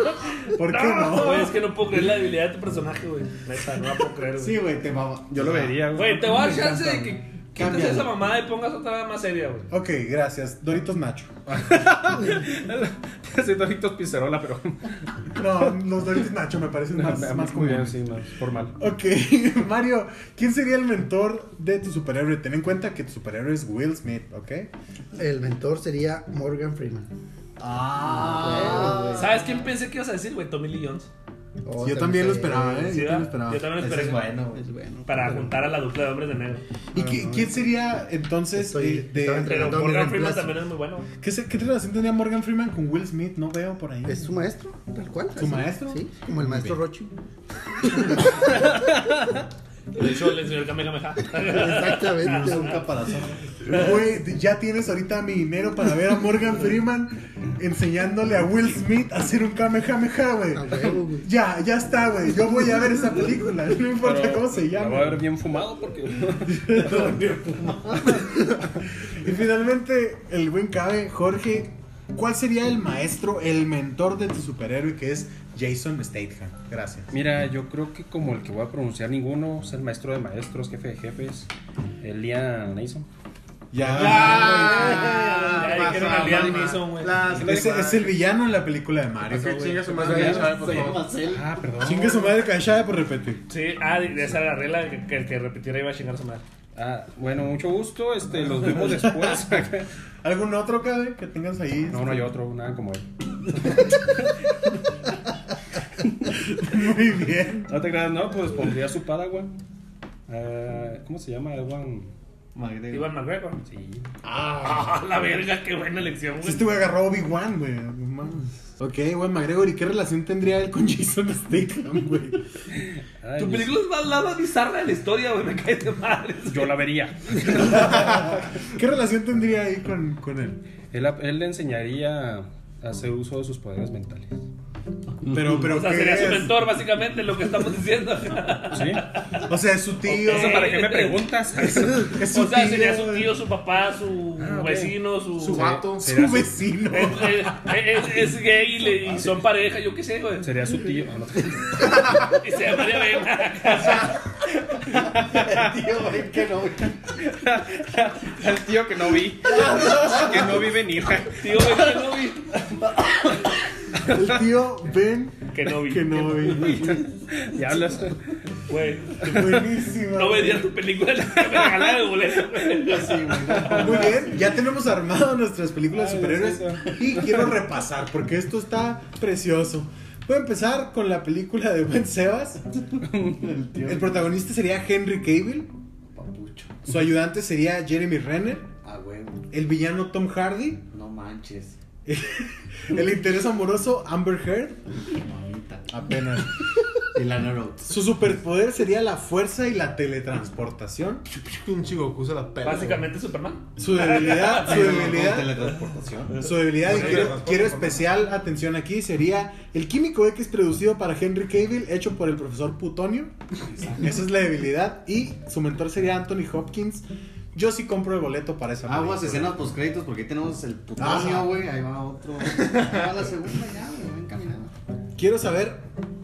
B: ¿Por qué no?
C: Güey, es que no puedo creer la debilidad de tu personaje, güey. Neta, no la puedo creer, güey.
B: Sí, güey, te mama.
E: Yo lo vería,
C: Güey, te voy a dar
E: *laughs*
C: chance de que quites
D: Cámbialo.
C: esa mamada y pongas otra más seria, güey.
B: Ok, gracias. Doritos Nacho.
E: Sí, Doritos Pizzerola, pero
B: No, los Doritos Nacho me parecen *laughs* más, más
E: muy bien,
B: comunes.
E: sí, más formal.
B: Ok, *laughs* Mario, ¿quién sería el mentor de tu superhéroe? Ten en cuenta que tu superhéroe es Will Smith, ¿ok?
G: El mentor sería Morgan Freeman.
D: Ah,
C: ¿Sabes quién pensé que ibas a decir, güey? Tommy Lee Jones.
G: Oh,
B: yo también lo
G: sé.
B: esperaba, ¿eh?
C: Sí,
B: yo también lo
C: ¿verdad?
B: esperaba.
C: Yo también lo
D: Ese
C: esperé.
D: es bueno, güey.
G: Es bueno.
C: Para juntar a la dupla de hombres de negro.
B: ¿Y qui- quién sería entonces
G: Estoy-
B: eh, de-
G: estaba entre-
C: Pero
G: Tommy
C: Morgan
G: reemplaza.
C: Freeman también es muy bueno. güey.
B: ¿Qué, se- qué relación tenía Morgan Freeman con Will Smith? No veo por ahí.
G: Es su maestro, tal cual.
B: ¿Su maestro?
G: Sí, como el maestro Rochi.
C: De hecho, el señor *laughs* Kamehameha.
G: Exactamente.
D: Es un caparazón.
B: Güey, ya tienes ahorita mi dinero para ver a Morgan Freeman enseñándole a Will Smith a hacer un Kamehameha, güey.
G: A huevo, güey.
B: Ya, ya está, güey. Yo voy a ver esa película. No importa
E: Pero
B: cómo se
E: La
B: llama.
E: voy a ver bien fumado porque. *laughs*
B: *laughs* Y finalmente, el buen cabe, Jorge. ¿Cuál sería el maestro, el mentor de tu superhéroe que es Jason Statham? Gracias.
E: Mira, yo creo que como el que voy a pronunciar ninguno, es el maestro de maestros, jefe de jefes, Elian Neeson.
B: Ya.
C: Ya dijeron a Liam Neeson, güey.
B: Ese es el villano en la película de Mario.
F: Que chinga su madre,
D: Se
F: Chávez, por favor.
D: llama Cell.
E: Ah, perdón.
B: Chingue su madre canchada por repetir.
C: Sí, ah, de- de esa era la regla que- que el que repitiera iba a chingar a su madre.
E: Ah, bueno, mucho gusto, este, los vemos después. *laughs*
B: ¿Algún otro cabe que tengas ahí?
E: no, no hay otro, nada como él.
B: *laughs* Muy bien.
E: No te creas, no, pues pondría su padawan. Ah, ¿Cómo se llama? Edwan.
D: McGregor.
C: Iván McGregor.
E: Sí.
C: *laughs* Ah, la verga, qué buena elección,
B: Si
C: güey.
B: estuve pues, este agarró Obi-Wan, güey. No mames. Ok, güey, McGregor, ¿y qué relación tendría él con *laughs* Jason Statham, güey?
E: Ay,
C: Tu
E: yo-
C: película es más- la más bizarra de la historia, güey. Me cae de madre.
E: Yo la vería.
B: ¿Qué relación tendría ahí con, con él?
E: Él, él le enseñaría a hacer uso de sus poderes mentales.
B: Pero, pero,
C: O sea,
B: ¿qué
C: sería su
B: es?
C: mentor, básicamente, lo que estamos diciendo.
E: ¿Sí?
B: O sea, es su tío.
E: Eso para qué
C: *laughs*
E: me preguntas.
B: *laughs*
E: *laughs*
B: Es su
C: O sea,
B: tío,
C: sería su
B: güey.
C: tío, su papá, su
E: Ah, ok.
C: vecino, su.
F: Su vato.
B: Su
C: *laughs*
B: vecino.
C: Es, es- es- es gay y, le- y son pareja, yo qué sé, güey.
E: Sería su tío. Ah, no. *laughs*
C: Y se llamaría Ben.
D: Tío, güey, que no, güey.
E: El tío que no vi. Que no vi venir. *laughs*
C: Tío Ben Kenobi.
B: El tío Ben
C: Kenobi.
B: Kenobi.
E: Ya hablas.
C: Güey,
B: Buenísima.
C: no
B: güey.
C: vería tu película, *laughs* me regalaba el boleto, güey.
B: Muy
D: Ah,
B: bien, ya tenemos armado nuestras películas de superhéroes y quiero repasar porque esto está precioso. Voy a empezar con la película de Ben Sebas. El protagonista sería Henry Cavill,
D: Papucho.
B: su ayudante sería Jeremy Renner,
D: A huevo.
B: el villano Tom Hardy,
D: Ah,
B: *laughs*
D: No manches.
B: el interés amoroso Amber Heard,
D: Mamita.
B: apenas.
D: Y Lana Rhodes.
B: Su superpoder sería la fuerza y la teletransportación.
F: Pinche Goku se la pela.
C: Básicamente Superman.
B: Su debilidad, su debilidad
D: Teletransportación.
B: Su debilidad, y
F: Sí,
B: quiero,
F: razón,
B: quiero
F: razón.
B: especial atención aquí, sería el químico X producido para Henry Cavill, hecho por el profesor Plutonio. Esa es la debilidad. Y su mentor sería Anthony Hopkins. Yo sí compro el boleto para esa
D: Aguas,
B: película.
D: escenas post créditos porque aquí tenemos el
B: Ajá. *laughs*
D: putonio, güey. Ahí va otro. Ahí va la segunda ya, güey. Ven caminando.
B: Quiero saber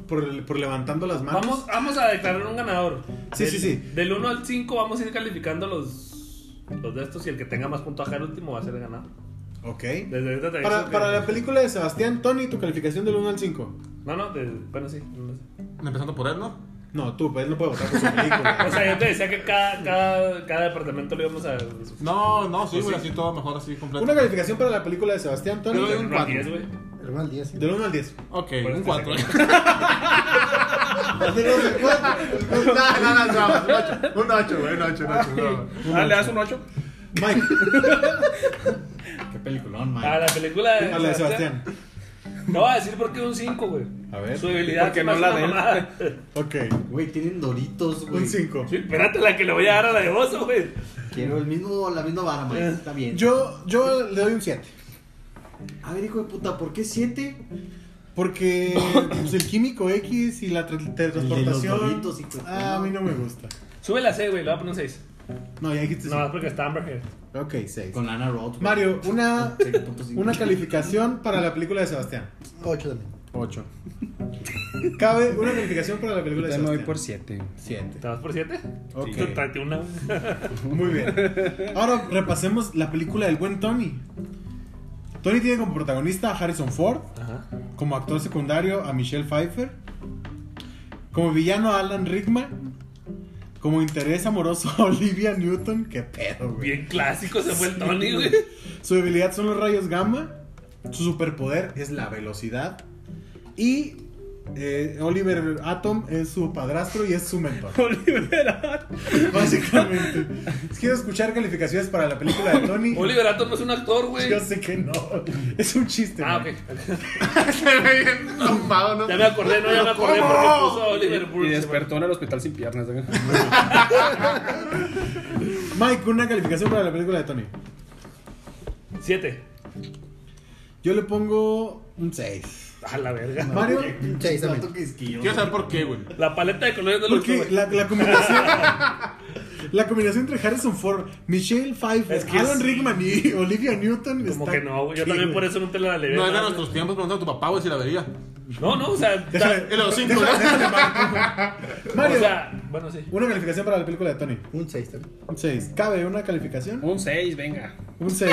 B: por, por levantando las manos.
C: Vamos, vamos a declarar un ganador.
B: Sí,
C: Del-
B: sí, sí.
C: Del 1 al 5 vamos a ir calificando los, los de estos y el que tenga más puntaje al último va a ser el ganador.
B: Ok.
C: Desde ahorita te
B: Para,
C: aviso que-
B: para la película de Sebastián, Tony, tu calificación del 1 al 5.
C: No, no, de- bueno, sí. no sé.
F: Empezando por él, ¿no?
B: No, tú, pues él no puede votar por su película.
C: *laughs* O sea, yo te decía que cada, cada, cada departamento lo íbamos a...
F: No, no, Pues sí, güey, así todo mejor, así completo.
B: Una calificación para la película de Sebastián, Tony.
F: Yo le doy un
C: Uno a
F: cuatro.
C: diez, güey.
G: El mal 10.
B: Del 1 al 10.
F: Ok,
C: Por
F: un
C: este
F: 4. *laughs*
C: *laughs*
B: Mike,
F: No, no, no, Ah, no, un 8. Un 8, güey, un 8, un 8.
E: Ah, ¿le das un 8?
D: Qué peliculón, man.
C: A la película de,
B: a la de Sebastián.
C: No voy a decir por qué un 5, güey.
B: A ver.
C: Su debilidad
E: Porque
C: que
E: no
C: no
E: la
C: la
E: de él.
C: de
B: Ok.
D: Güey, tienen doritos, güey.
B: Un 5.
C: Sí, espérate la que le voy a dar a la de vos, güey.
D: Quiero el mismo, la misma vara, man.
G: Eh.
D: Está bien.
B: Yo, yo le doy un 7.
D: A ver, hijo de puta, ¿por qué 7?
B: Porque pues, el químico X y la tra- teletransportación.
D: doritos, hijo de puta.
B: ah, a mí no me gusta.
C: Sube la C, güey, le voy a poner un 6.
B: No, ya dijiste.
C: No, más porque está Amber Heard.
B: sí. Ok, 6.
D: Con Lana Rhodes.
B: Mario, una,
D: güey. 7.5.
B: Ah, una calificación para la película de Sebastián.
G: 8 también.
B: 8. Cabe una calificación para la película de
E: Yo me voy por
B: Sebastián.
E: 7.
B: 7.
C: ¿Te vas por 7?
B: Ok.
C: Tú tráete una.
B: Muy bien. Ahora repasemos la película del buen Tony. Tony tiene como protagonista a Harrison Ford,
C: Ajá.
B: como actor secundario a Michelle Pfeiffer, como villano a Alan Rickman, como interés amoroso a Olivia Newton, qué pedo, güey.
C: Bien clásico se fue el Tony, güey.
B: Su debilidad son los rayos gamma, su superpoder es la velocidad y eh, Oliver Atom es su padrastro y es su mentor.
C: *laughs*
B: Básicamente. Quiero escuchar calificaciones para la película de Tony.
C: Oliver Atom no es un actor, güey.
B: Yo sé que no. *laughs* Es un chiste.
C: Ah,
B: güey.
C: ok.
F: Tomado, ¿no?
C: Ya me acordé, no, ya me acordé porque puso a Oliver
E: Y
C: Burns.
E: despertó en el hospital sin piernas. güey.
B: Mike, una calificación para la película de Tony.
C: 7.
B: Yo le pongo un 6.
C: A la verga.
B: Mario,
G: Seis también.
D: Tanto que esquillo.
F: Quiero saber por qué, güey.
C: La paleta de colores no lo
B: porque
C: güey.
B: la, la combinación. La combinación entre Harrison Ford, Michelle Pfeiffer,
C: Es que
B: Alan
C: sí.
B: Rickman y *laughs* Olivia Newton.
C: Como
B: está-
C: que no, güey. Yo
B: Sí,
C: también por
B: güey.
C: eso no te la levé.
F: No es de
C: nada.
F: nuestros tiempos, preguntando a tu papá, güey, si la vería.
C: No, no, o sea.
B: Déjale-
C: ta-
F: Y los cinco,
B: déjale-
F: ¿verdad? *laughs*
B: déjale, Marco. Mario,
C: O sea, bueno, sí.
B: una calificación para la película de Tony.
G: Un 6 también.
B: Un 6. ¿Cabe una calificación?
E: Un 6, venga.
B: Un 6.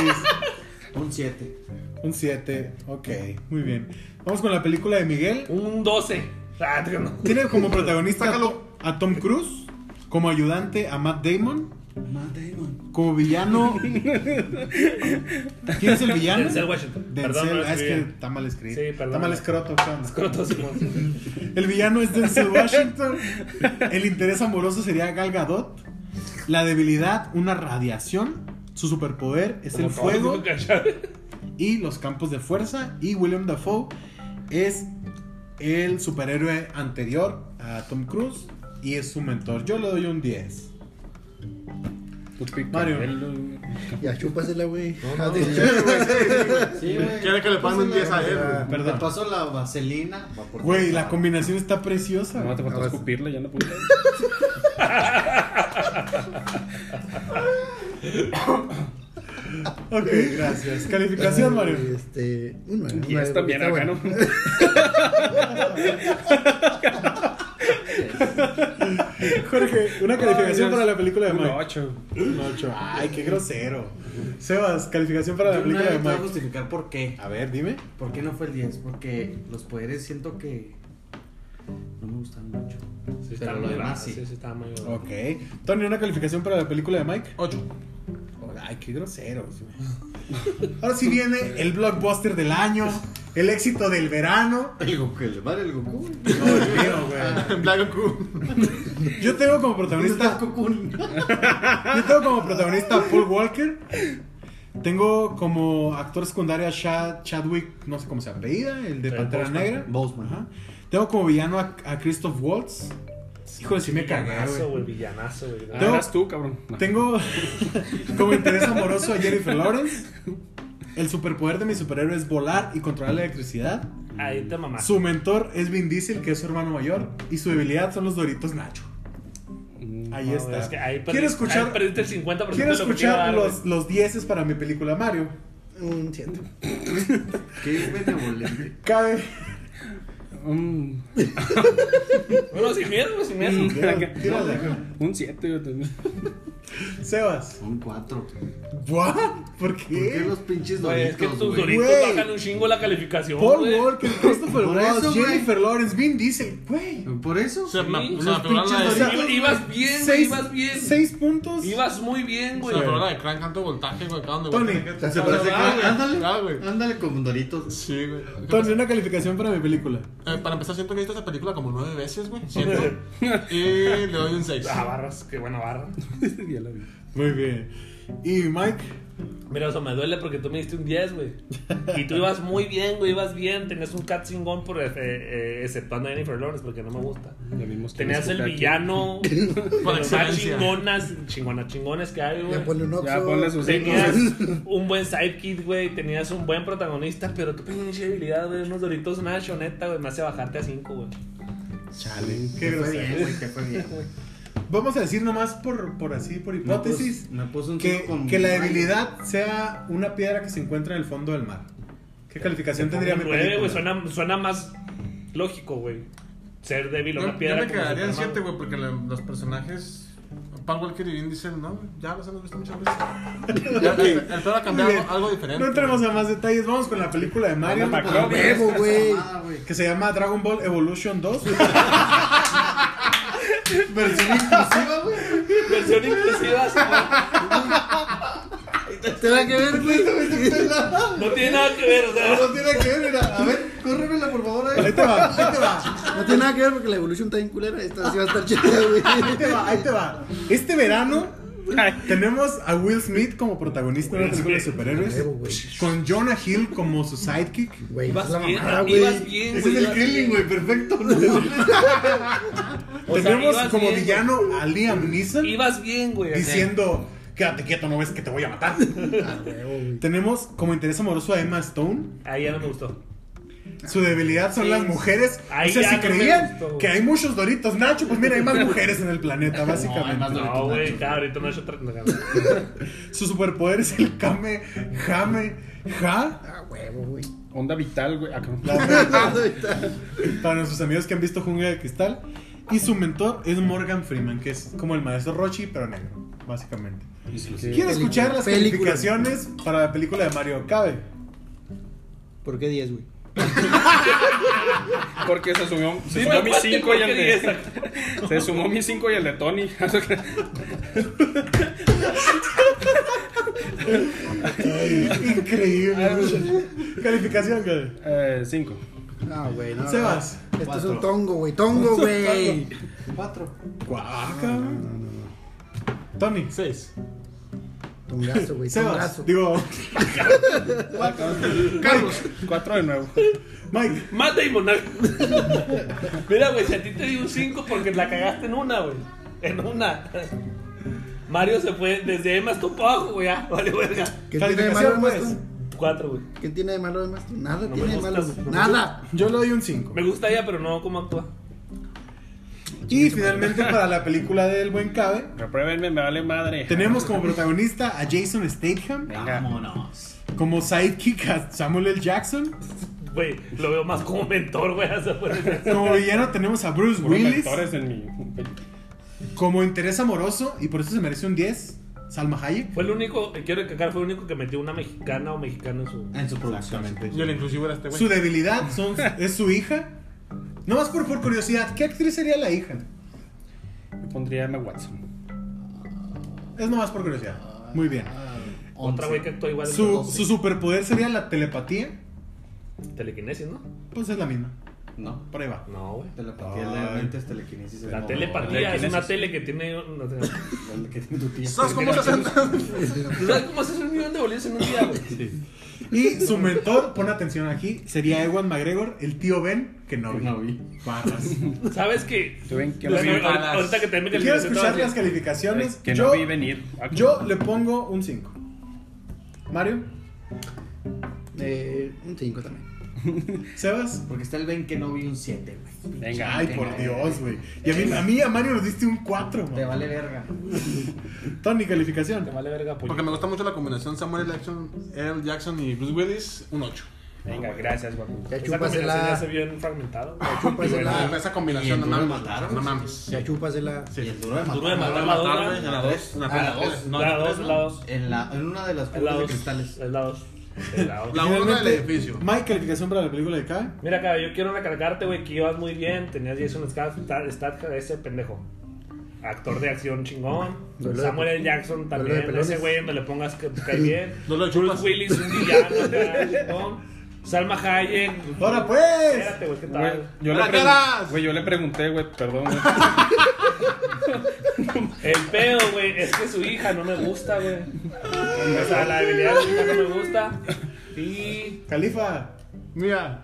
D: Un 7.
B: Un 7, ok, muy bien. Vamos con la película de Miguel.
C: Un 12. Ah, tío, no.
B: Tiene como protagonista a a Tom Cruise, como ayudante a Matt Damon,
D: Matt Damon.
B: como
D: *laughs*
B: villano. ¿Quién es el villano?
C: Denzel Washington. Perdón,
B: Denzel,
C: no
B: ah, es que
C: escribí.
B: está mal escrito.
C: Sí, perdón.
B: está mal escroto. perdón.
C: Escroto, Simón.
B: El villano es
C: *laughs*
B: Denzel Washington. El interés amoroso sería Gal Gadot. La debilidad, una radiación. Su superpoder es el fuego. y los campos de fuerza. Y William Dafoe es el superhéroe anterior a Tom Cruise y es su mentor. Yo le doy un 10.
E: Tu pico.
B: Mario.
E: El-
G: Ya, chúpasela, güey. Ah,
F: no,
G: Adelante.
D: Sí, güey.
F: Quiere que le paguen un 10 a él, güey.
D: Te
B: Perdón.
D: paso la vaselina. Va por
B: Güey,
D: ti.
B: la combinación está preciosa.
E: No, te faltó
G: Ahora sí.
E: escupirle, ya no pude.
B: Ok, gracias.
E: *laughs*
B: Calificación, Mario.
G: Este, un 9.
E: Y es también acá, ¿no?
B: Jorge, una calificación para la película de
E: Un
B: Mike.
E: 8.
B: Un 8. Ay, qué grosero. Sebas, calificación para la
D: Yo una
B: película de
D: vez te voy a
B: Mike.
D: justificar por qué.
B: A ver, dime.
D: ¿Por qué no fue el 10? Porque los poderes siento que no me gustan mucho.
C: Sí,
D: Pero
C: está
D: lo
C: muy
D: demás,
C: grave.
D: sí.
C: Sí, sí, está muy grave.
B: Ok. Tony, una calificación para la película de Mike.
F: 8.
B: Ay, qué grosero. Ahora sí viene el blockbuster del año, el éxito del verano.
D: El Goku, el madre el Goku. Ah,
B: No, el mío, güey.
F: Black Goku.
B: Yo tengo como protagonista. Yo tengo como protagonista a Paul Walker. Tengo como actor secundario a Chad, Chadwick, no sé cómo se apellida, el de
C: Sí,
B: Pantera
C: Boseman.
B: Negra.
D: Boseman.
B: Ajá. Tengo como villano a, a Christoph Waltz. Híjole, sí me cagué,
C: Villanazo,
B: güey.
C: güey. Villanazo, güey.
E: Ah,
B: Tengo-
E: eras tú, cabrón. No.
B: Tengo *laughs* como interés amoroso a Jennifer Lawrence. El superpoder de mi superhéroe es volar y controlar la electricidad.
C: Ahí te mamás.
B: Su mentor es Vin Diesel, que es su hermano mayor, y su debilidad son los Doritos Nacho. Ahí
C: No,
B: está.
C: es que ahí perdi-
B: quiero
C: ahí
B: escuchar,
C: perdiste el 50%
B: quiero
C: de lo que te iba a
B: escuchar
C: dar,
B: los,
C: güey.
B: los dieces para mi película Mario.
G: Un 7.
D: Qué benevolente.
B: Cabe,
E: Un.
C: Bueno, si miedo, sin miedo.
E: Un 7, yo también.
B: Sebas.
D: Un 4.
B: ¿What? ¿Por qué?
D: ¿Por qué los pinches
C: Güey, es que
D: doritos,
C: tus
D: güey?
C: doritos
B: Güey.
C: bajan un chingo la calificación.
B: Paul
C: güey.
B: Walker, Christopher
D: Por
B: Walsh,
D: eso, güey.
B: Jennifer Lawrence, Vin Diesel, güey.
D: Por eso.
F: Se me se me
D: Los
F: atoró la
D: pinches
F: de-
B: sea,
C: Iba- Ibas bien, güey,
B: Seis-
C: ibas bien.
B: Seis puntos.
C: Ibas muy bien,
F: se
C: güey.
F: me atoró la de crank, tanto voltaje, güey. acá donde
B: Tony.
F: voltaje.
D: Se parece
F: Ah,
D: que-
F: güey.
D: Ándale.
F: Ah, güey.
D: Ándale con doritos.
F: Sí, güey. ¿Qué
B: Entonces, una calificación para mi película.
F: Eh, para empezar, siento que he visto esa película como nueve veces, güey.
C: *laughs*
F: Siento. y le doy un 6.
C: Ah, barras, qué buena barra.
E: ya la vi.
B: Muy bien. Y Mike,
C: Mira, eso me duele porque tú me diste un 10, güey. Y tú ibas muy bien, güey, ibas bien. Tenías un cat chingón por eh, eh, exceptuando a Jennifer Lawrence porque no me gusta.
E: Ya vimos quién
C: Tenías
E: es
C: el
E: Coca aquí.
C: villano, de los más
F: excelencia.
C: chingonas, chingonas, chingones que hay, güey.
G: Ya ponle un oxo.
E: Ya ponle sus
C: Tenías
E: signos.
C: un buen sidekick, güey. Tenías un buen protagonista, pero qué pinche habilidad, güey. Unos doritos, una choneta, güey. Me hace bajarte a 5, güey.
D: Chale.
B: Qué
D: Qué fue
B: grosero.
D: bien, güey. Que fue bien, güey.
B: vamos a decir nomás por, por así, por
D: Me pus-
B: hipótesis,
D: me puso un
B: que,
D: cinco con-
B: que la debilidad sea una piedra que se encuentra en el fondo del mar. ¿Qué calificación tendría mi
C: Nueve, güey.
B: película?
C: Suena, suena más lógico, güey. Ser débil o
F: Yo,
C: una
F: yo
C: piedra.
F: me
C: como
F: quedaría en
C: Superman.
F: 7, güey, porque la- los personajes. Paul Walker y Vin Diesel, ¿no? Ya los hemos visto muchas
C: *laughs*
F: veces. Ya, el, el pedo ha cambiado
B: Muy bien.
F: algo, algo diferente.
B: No entremos
F: güey.
B: a más detalles, vamos con la película de Mario.
E: Vamos
G: A huevo, güey.
D: Ah, güey.
B: Que se llama Dragon Ball Evolution *laughs* 2.
D: Versión inclusiva, güey.
C: Versión inclusiva, sí, güey.
G: Te va a quedar, güey.
C: No tiene nada que ver, o sea.
D: No tiene que ver, mira. A ver, córremela, por favor.
B: Ahí te va, ahí te va.
G: No tiene nada que ver porque la evolución está bien culera. Esta sí va a estar chida, güey.
B: Ahí te va, ahí te va. Este verano tenemos a Will Smith como protagonista de una película de superhéroes.
G: Huevo, güey.
B: Con Jonah Hill como su sidekick.
G: Güey,
C: Ibas
G: es la
C: bien,
G: mamada,
C: ibas
G: güey.
C: bien,
D: Ese
C: güey.
D: es el
C: ibas bien.
D: killing, güey. Perfecto.
C: *laughs*
D: ¿no?
C: O sea,
B: tenemos
C: ibas
B: como
C: bien,
B: villano a Liam Neeson
C: Ibas bien, güey. acá.
B: diciendo: Quédate quieto, no ves que te voy a
C: *laughs*
B: matar. tenemos como interés amoroso a Emma Stone.
C: Ahí ya no me gustó.
B: Su debilidad son
C: Sí.
B: las mujeres.
C: Ahí
B: o sea,
C: ya
B: si
C: no me
B: creían
C: gustó, güey.
B: que hay muchos doritos, Nacho, pues mira, hay más mujeres en el
C: *laughs*
B: planeta, básicamente.
F: Ah,
D: hay más doritos.
C: No, güey, claro, ahorita no he hecho otra- no, no.
B: Su superpoder es el Kame, Jame, Ja.
G: Ah, huevo, güey.
E: Onda vital, güey. Ah, cabrón.
B: Para nuestros amigos que han visto Jungla de Cristal. Y su mentor es Morgan Freeman, que es como el maestro Rochi, pero negro, básicamente. Quiero escuchar las
G: Película.
B: calificaciones para la película de Mario. Cabe.
G: ¿Por qué 10, güey?
E: Porque se sumó, se
C: Dime,
E: sumó mi
C: ¿cuál
E: 5 y
C: tengo
E: el
C: que
E: de. *laughs* Se sumó mi 5 y el de Tony. *laughs*
B: Increíble. Ah, pues, Calificación, Cabe.
E: 5.
G: No, güey, no.
B: Sebas.
G: no. Esto es
D: Cuatro.
G: un tongo, güey. Tongo, güey.
D: Cuatro.
B: Guaca. Tony.
F: Seis.
G: Tongazo, güey. Tongazo.
B: Sebas. *laughs* Digo,
E: Carlos. 4 de nuevo.
B: Mike.
C: Matt Damon. no. *laughs* Mira, güey, si a ti te di un 5 porque la cagaste en una, güey. En una. Mario se fue desde Emma hasta para abajo, güey. ya, Vale, verga.
G: ¿Qué tiene de malo
B: Calificación,
G: el
B: pues.
G: maestro?
C: 4, güey.
G: ¿Qué tiene de malo el maestro? Nada
C: No me
G: tiene de malo,
C: gustas,
G: güey.
C: no me
G: Nada.
B: Yo le doy un 5.
C: Me gusta ella, pero no cómo actúa.
B: Y finalmente para la película del buen Cabe.
E: Repruébenme, me vale madre.
B: Tenemos como protagonista a Jason Statham.
D: Vámonos.
B: Como sidekick a Samuel L. Jackson.
C: Güey, lo veo más como mentor, güey. *laughs* o sea, pues,
B: Como villano tenemos a Bruce
E: Puros
B: Willis.
E: mentores en mi.
B: Como interés amoroso, y por eso se merece un 10, Salma Hayek.
C: Fue el único, eh, quiero recalcar, fue el único que metió una mexicana o mexicano en su.
D: En su producción.
F: Y el inclusivo era este,
B: Su
F: güey.
B: debilidad son- es su hija. Nomás por, por curiosidad, ¿qué actriz sería la hija?
E: Me pondría Emma Watson.
B: Es nomás por curiosidad. Muy bien.
D: Ah,
C: Otra güey que actúa igual. en
B: Su,
C: los dos.
B: su superpoder sería la telepatía.
C: Telequinesis, ¿no?
B: Pues es la misma.
D: No.
B: Por ahí va.
C: No, güey.
D: Telepatía es
B: Ay.
D: la mente, es telequinesis.
C: La
D: no,
C: telepatía es
E: telequinesis.
C: una tele que tiene. no sé.
D: la que tiene tu tía.
F: ¿Sabes cómo se hacen?
C: ¿Tú *laughs* sabes cómo haces un millón de bolillos en un día, güey?
B: Y su mentor, pon atención aquí, sería Ewan McGregor, el tío Ben, que no vi.
D: No vi.
B: Barras.
C: ¿sabes que
E: ¿Tú ven que
C: Ahor-
E: vi-
C: ahor- ahorita que termine
B: Quiero
C: el
B: escuchar las calificaciones.
E: Eh, Que
B: yo,
E: no vi venir. Ah,
B: yo le pongo un 5. Mario,
G: Eh, un 5 también.
B: Sebas.
D: Porque está el Ben que no vi un 7, güey.
E: Venga.
B: Ay, por Dios, güey. Y a mí, a mí y a Mario nos diste un 4,
D: Te
B: man.
D: vale verga.
B: Tony, calificación.
C: Te vale verga, puño.
F: Porque me gusta mucho la combinación Samuel L. Jackson, L. Jackson y Bruce Willis, un 8.
C: Venga, gracias, guapo.
G: Ya
C: Esa
G: chúpasela.
C: combinación ya se vio bien fragmentado.
G: chúpasela.
F: Esa combinación,
D: Y
F: no
D: el duro
F: mames.
D: lo mataron.
F: No mames.
G: Ya chúpasela.
D: Y el duro de
C: Duro de
D: matar.
C: matar la
F: Matar,
C: dos,
F: güey,
C: ¿no?
F: en la dos, en la
D: Ah, la
F: tres,
D: dos.
F: ¿no?
C: La dos, la dos.
D: En, la, en una de las
C: Es la
D: cubas de
C: dos. *laughs*
D: cristales.
C: Es la dos. Es la dos.
F: La uno del
B: Finalmente,
F: edificio.
B: Mike, calificación para la película de Kai.
C: Mira, cara, yo quiero recargarte, güey, que ibas muy bien. Tenías Jason Statham, ese pendejo. Actor de acción chingón.
G: Duelo de-
C: Samuel L. Jackson
G: duelo de
C: también.
G: pelones.
C: Ese güey donde le pongas
G: *laughs*
C: que te cae bien.
F: Duelo de
C: Bruce
F: chupas.
C: Willis, un villano, acá, chingón. Salma Hayek.
B: ¡Ahora pues!
C: Espérate, güey, ¿qué
E: Güey,
C: tal?
E: yo, le
F: ¡Hola,
E: pregun-
F: caras!
E: güey, yo le pregunté, güey, perdón, güey.
C: El pedo, güey, es que su hija no me gusta, güey. O sea, la debilidad de su hija no me gusta. Y
B: Califa.
F: Mira.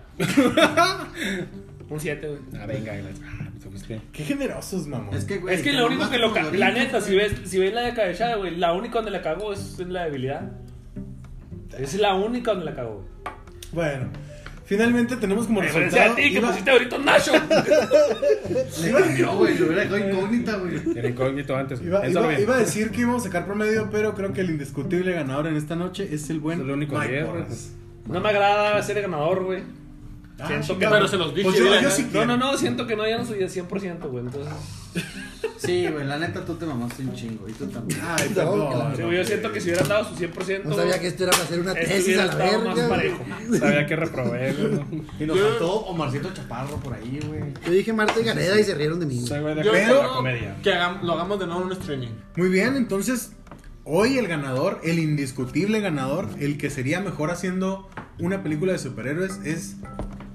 C: un 7, güey.
E: Ah, venga, gracias. Ah, te fuiste.
B: Qué generosos, mamón.
D: Es que, güey.
C: Es que lo único que lo ca-
D: cagaron.
C: La neta, si ves, si ves la de cabellada, güey, la única donde la cagó es en la debilidad. Es la única donde la cagó, güey.
B: Bueno, finalmente tenemos como
C: A diferencia
B: resultado.
C: de ti, que
B: iba-
C: pusiste ahorita un Nacho.
D: Le cambió, güey. Lo
C: *laughs*
D: hubiera dejado incógnita, güey.
E: Era incógnito antes, güey.
B: Iba,
E: Piénsalo
B: iba-
E: bien.
B: iba a decir que íbamos a sacar promedio, pero creo que el indiscutible ganador en esta noche es el buen
E: Es el único
B: Mike
E: diez,
B: Porras.
C: No me agrada ser el ganador, güey.
B: Ah,
C: Siento que
B: chingado.
F: Pero se los dije.
B: Pues yo-
F: ¿verdad?
B: yo sí
C: No, no, no, siento que no hayan subido 100%, güey. Entonces,
D: Sí, güey. La neta, tú te mamaste un chingo. Y tú también.
B: Ay,
G: No,
B: perdón.
C: sí, güey, yo siento que si hubieran dado su 100%,
G: No sabía que esto era para hacer una tesis
C: estuviera
G: a la
C: este estado más
G: verga. güey.
C: parejo.
E: Sabía que reprobé, güey.
D: Y nos faltó Omarcito Chaparro por ahí, güey.
G: Yo dije Marta y Gareda y se rieron de mí. güey.
E: Ese güey de
F: Yo
E: acuerdo con la
F: creo
E: comedia.
F: que hagam- lo hagamos de nuevo en un streaming.
B: Muy bien, entonces, hoy el ganador, el indiscutible ganador, el que sería mejor haciendo una película de superhéroes es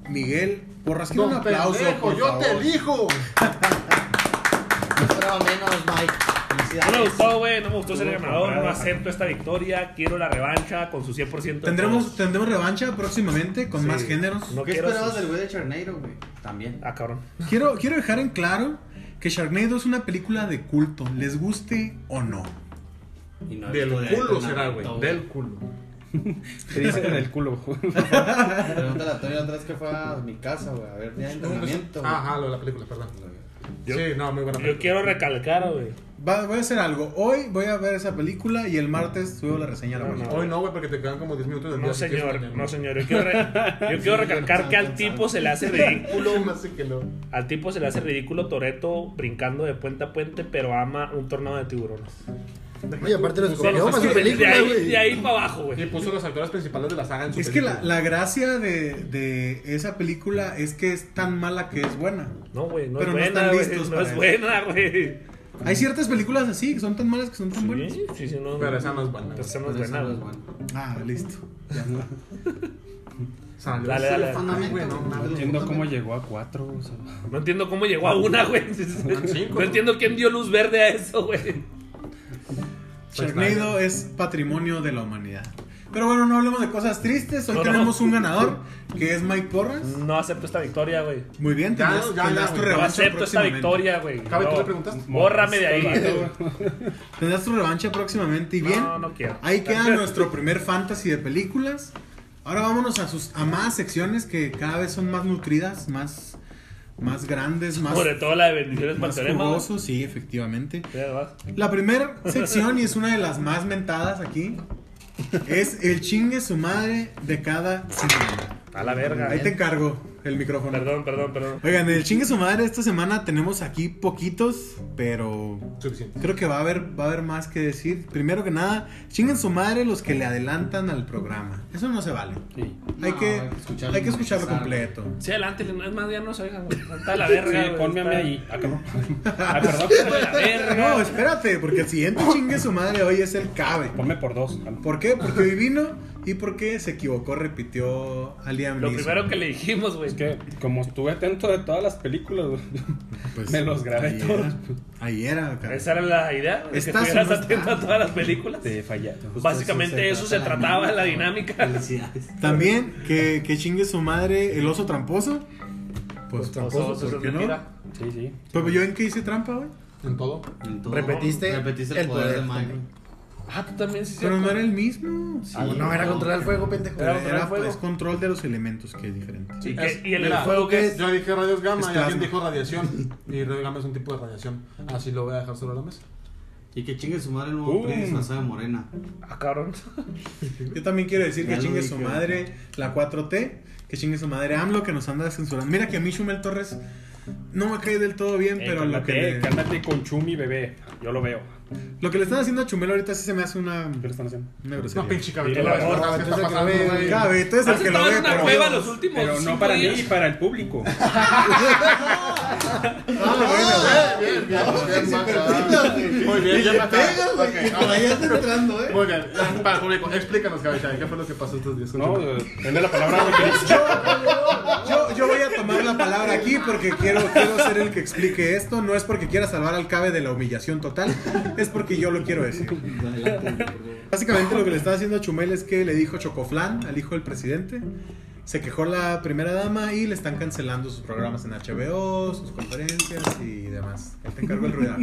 B: Miguel Porras. Quiero un
F: Don
B: aplauso,
F: pendejo,
B: por
F: yo te
B: favor.
F: elijo.
D: No esperaba menos, Mike.
C: No me
D: Felicidades.
C: gustó, güey. No me gustó ser el ganador. No acepto esta victoria. Quiero la revancha con su 100%. de
B: Tendremos,
C: todos.
B: tendremos revancha próximamente con
C: Sí.
B: más géneros.
C: No
D: ¿Qué
C: quiero.
D: esperabas del güey de Charneiro, güey? También.
C: Ah, cabrón.
B: Quiero, quiero dejar en claro que Sharknado es una película de culto, les guste o no.
D: Y no
F: Del
D: estudiaste
F: culo
D: nada,
F: será, güey.
D: todo.
F: Del culo.
E: Te dice en el culo, güey.
D: *laughs* Pregúntale a Tony la otra vez que fue a mi casa, güey. A ver, día de entrenamiento. güey.
F: Ajá, lo de la película, perdón.
C: Yo-
F: Sí, no, muy buena
C: Yo
F: película.
C: quiero recalcar, güey.
B: Va- voy a hacer algo. Hoy voy a ver esa película y el martes subo la reseña a la
C: No,
B: bolsa.
C: no.
F: Hoy no, güey, porque te quedan como 10 minutos del
C: No,
F: día, así que
C: señor.
F: es-
C: No, señor. Yo quiero, re- yo quiero recalcar que al tipo se le hace ridículo.
F: Así que no.
C: Al tipo se le hace ridículo Toreto brincando de puente a puente, pero ama un tornado de tiburones.
G: Oye, aparte lo escogió
F: los-
G: para su
F: de
C: de
G: película,
C: ahí,
G: güey.
C: de ahí para abajo,
F: Y
C: güey.
F: puso los actores principales de la saga en su
B: Es que la,
F: película.
B: la gracia de, de esa película es que es tan mala que es buena.
C: No, güey, no
B: Pero
C: es
B: no
C: buena,
B: están
C: güey.
B: listos
C: No
B: para
C: es buena, güey.
B: Hay ciertas películas así que son tan malas que son tan buenas.
C: Sí, sí, sí, no.
F: Pero esa no es buena.
C: Pues esa no es
D: Pero eso
C: buena,
D: no es
C: güey.
D: bueno.
B: Ah, listo. Ya está.
F: Salió
C: Dale,
F: así
C: dale.
F: el
D: Fundamento,
F: Güey, no,
D: güey.
F: mames.
E: No entiendo cómo llegó a cuatro, o sea.
C: No entiendo cómo llegó a una, güey. *laughs*
F: cinco,
C: No
F: ¿no?
C: entiendo quién dio luz verde a eso, güey. Pues
B: Sharknado es patrimonio de la humanidad. Pero bueno, no hablemos de cosas tristes. Hoy
C: No, no.
B: tenemos un ganador que es Mike Porras.
C: No acepto esta victoria, güey.
B: Muy bien,
F: Ya,
B: tendrás,
F: ya,
B: tendrás
F: ya,
B: tu
F: güey.
C: No
B: revancha
C: acepto esta
B: próximamente.
C: victoria, güey.
F: Cabe, tú
C: No.
F: le preguntaste.
C: Bórrame de ahí.
B: Tendrás tu revancha próximamente y bien.
C: No, no quiero.
B: Ahí queda nuestro primer fantasy de películas. Ahora vámonos a sus a más secciones que cada vez son más nutridas, más más grandes, más
C: Sobre todo la de bendiciones
B: más
C: Magdalena.
B: jugosos, sí, efectivamente.
C: Ya vas.
B: La primera sección y es una de las más mentadas aquí es el chingue su madre de cada semana.
C: A la verga.
B: Ahí te encargo el micrófono.
C: Perdón, perdón, perdón.
B: Oigan, el chingue su madre esta semana tenemos aquí poquitos, pero
F: Suficiente.
B: Creo que va a haber, va a haber más que decir. Primero que nada, chinguen su madre los que le adelantan al programa. Eso no se vale.
E: Sí.
B: hay,
D: No,
B: que,
D: hay que escucharlo
B: hay que escucharlo
D: empezar,
B: completo.
C: Sí, adelante, es más, ya no se oigan, güey. Está de la verga.
E: Sí,
C: güey,
E: ponme a mí
C: está- *laughs*
E: ahí. Ah, cabrón. Ah,
C: Está
E: perdón.
C: de la verga.
B: No, espérate, porque el siguiente chingue su madre hoy es el cabe.
E: Ponme por dos.
B: ¿Por qué? Porque divino y porque se equivocó, repitió al Liam
C: Lo
B: Neeson.
C: primero que le dijimos, güey.
E: Es que como estuve atento de todas las películas, güey,
B: Pues,
E: me los grabé
B: ahí
E: todos.
B: era, Ahí era, cabrón.
C: Esa era la idea. de Que
B: ¿Estás
C: estuvieras
B: o no
C: atento a
B: estás?
C: todas las películas.
E: te fallé.
C: Básicamente eso se trataba la dinámica.
D: Felicidades.
B: También que, que chingue su madre el oso tramposo. Pues tramposo,
C: Oso, oso,
B: ¿por qué
C: es
B: no?
C: mentira.
E: Sí, sí.
B: Pero yo en qué hice trampa, güey.
F: En todo.
D: En todo.
G: Repetiste
D: Repetiste el,
G: el
D: poder, de
G: poder
D: Mike.
G: también.
C: Ah, tú también sí.
B: Pero
C: cierto.
B: no era el mismo.
G: Ah, no, era controlar el fuego, pendejo.
C: Era-
B: Era,
C: fuego.
B: es control de los elementos, que es diferente.
C: ¿Y,
F: Es-
C: qué- y el
F: mira,
C: fuego que es?
F: Yo dije radios gamma y
B: Esplasma.
F: alguien dijo radiación. Y radios gamma es un tipo de radiación. Así lo voy a dejar sobre la mesa.
D: Y que chingue su madre el nuevo PRI disfrazado de morena.
C: Ah, cabrón. *laughs*
B: Yo también quiero decir
D: Ya
B: que
D: lo
B: chingue
D: dije,
B: su
D: güey.
B: madre la 4T, que chingue su madre AMLO que nos anda censurando. Mira que a mí Chumel Torres no me cae del todo bien,
E: Eh,
B: pero lo
E: cálmate,
B: que, le,
E: cálmate con Chumi, bebé. Yo lo veo.
B: lo que le están haciendo a Chumel ahorita sí se me hace una,
E: ¿Qué le están haciendo?
B: una grosería.
F: No, pinche
C: Y
F: cabrito.
C: la gorra,
F: ¿Qué está pasando, güey?
B: Cabe, tú eres el
C: Has
B: que lo
C: estado
B: ve,
C: en una
B: pero-
C: cueva los últimos
E: Pero no
C: cinco
E: para mí
C: días.
E: y para el público.
F: Ah, bien, bien, bien, bien, bien, bien. Muy bien, ya me acabas. Ok, ahora ya está entrando, eh. Muy bien, ah, para el público, explícanos, Gabriel, ¿qué fue lo que pasó estos días con
E: No,
F: Chumel?
E: eh, prende la palabra güey, que dice.
B: Yo, yo voy a tomar la palabra aquí porque quiero, quiero ser el que explique esto. No es porque quiera salvar al cabe de la humillación total, es porque yo lo quiero decir. Básicamente lo que le estaba haciendo a Chumel es que le dijo Chocoflan al hijo del presidente. Se quejó la primera dama y le están cancelando sus programas en HBO, sus conferencias y demás. Él te encargó el ruidajo.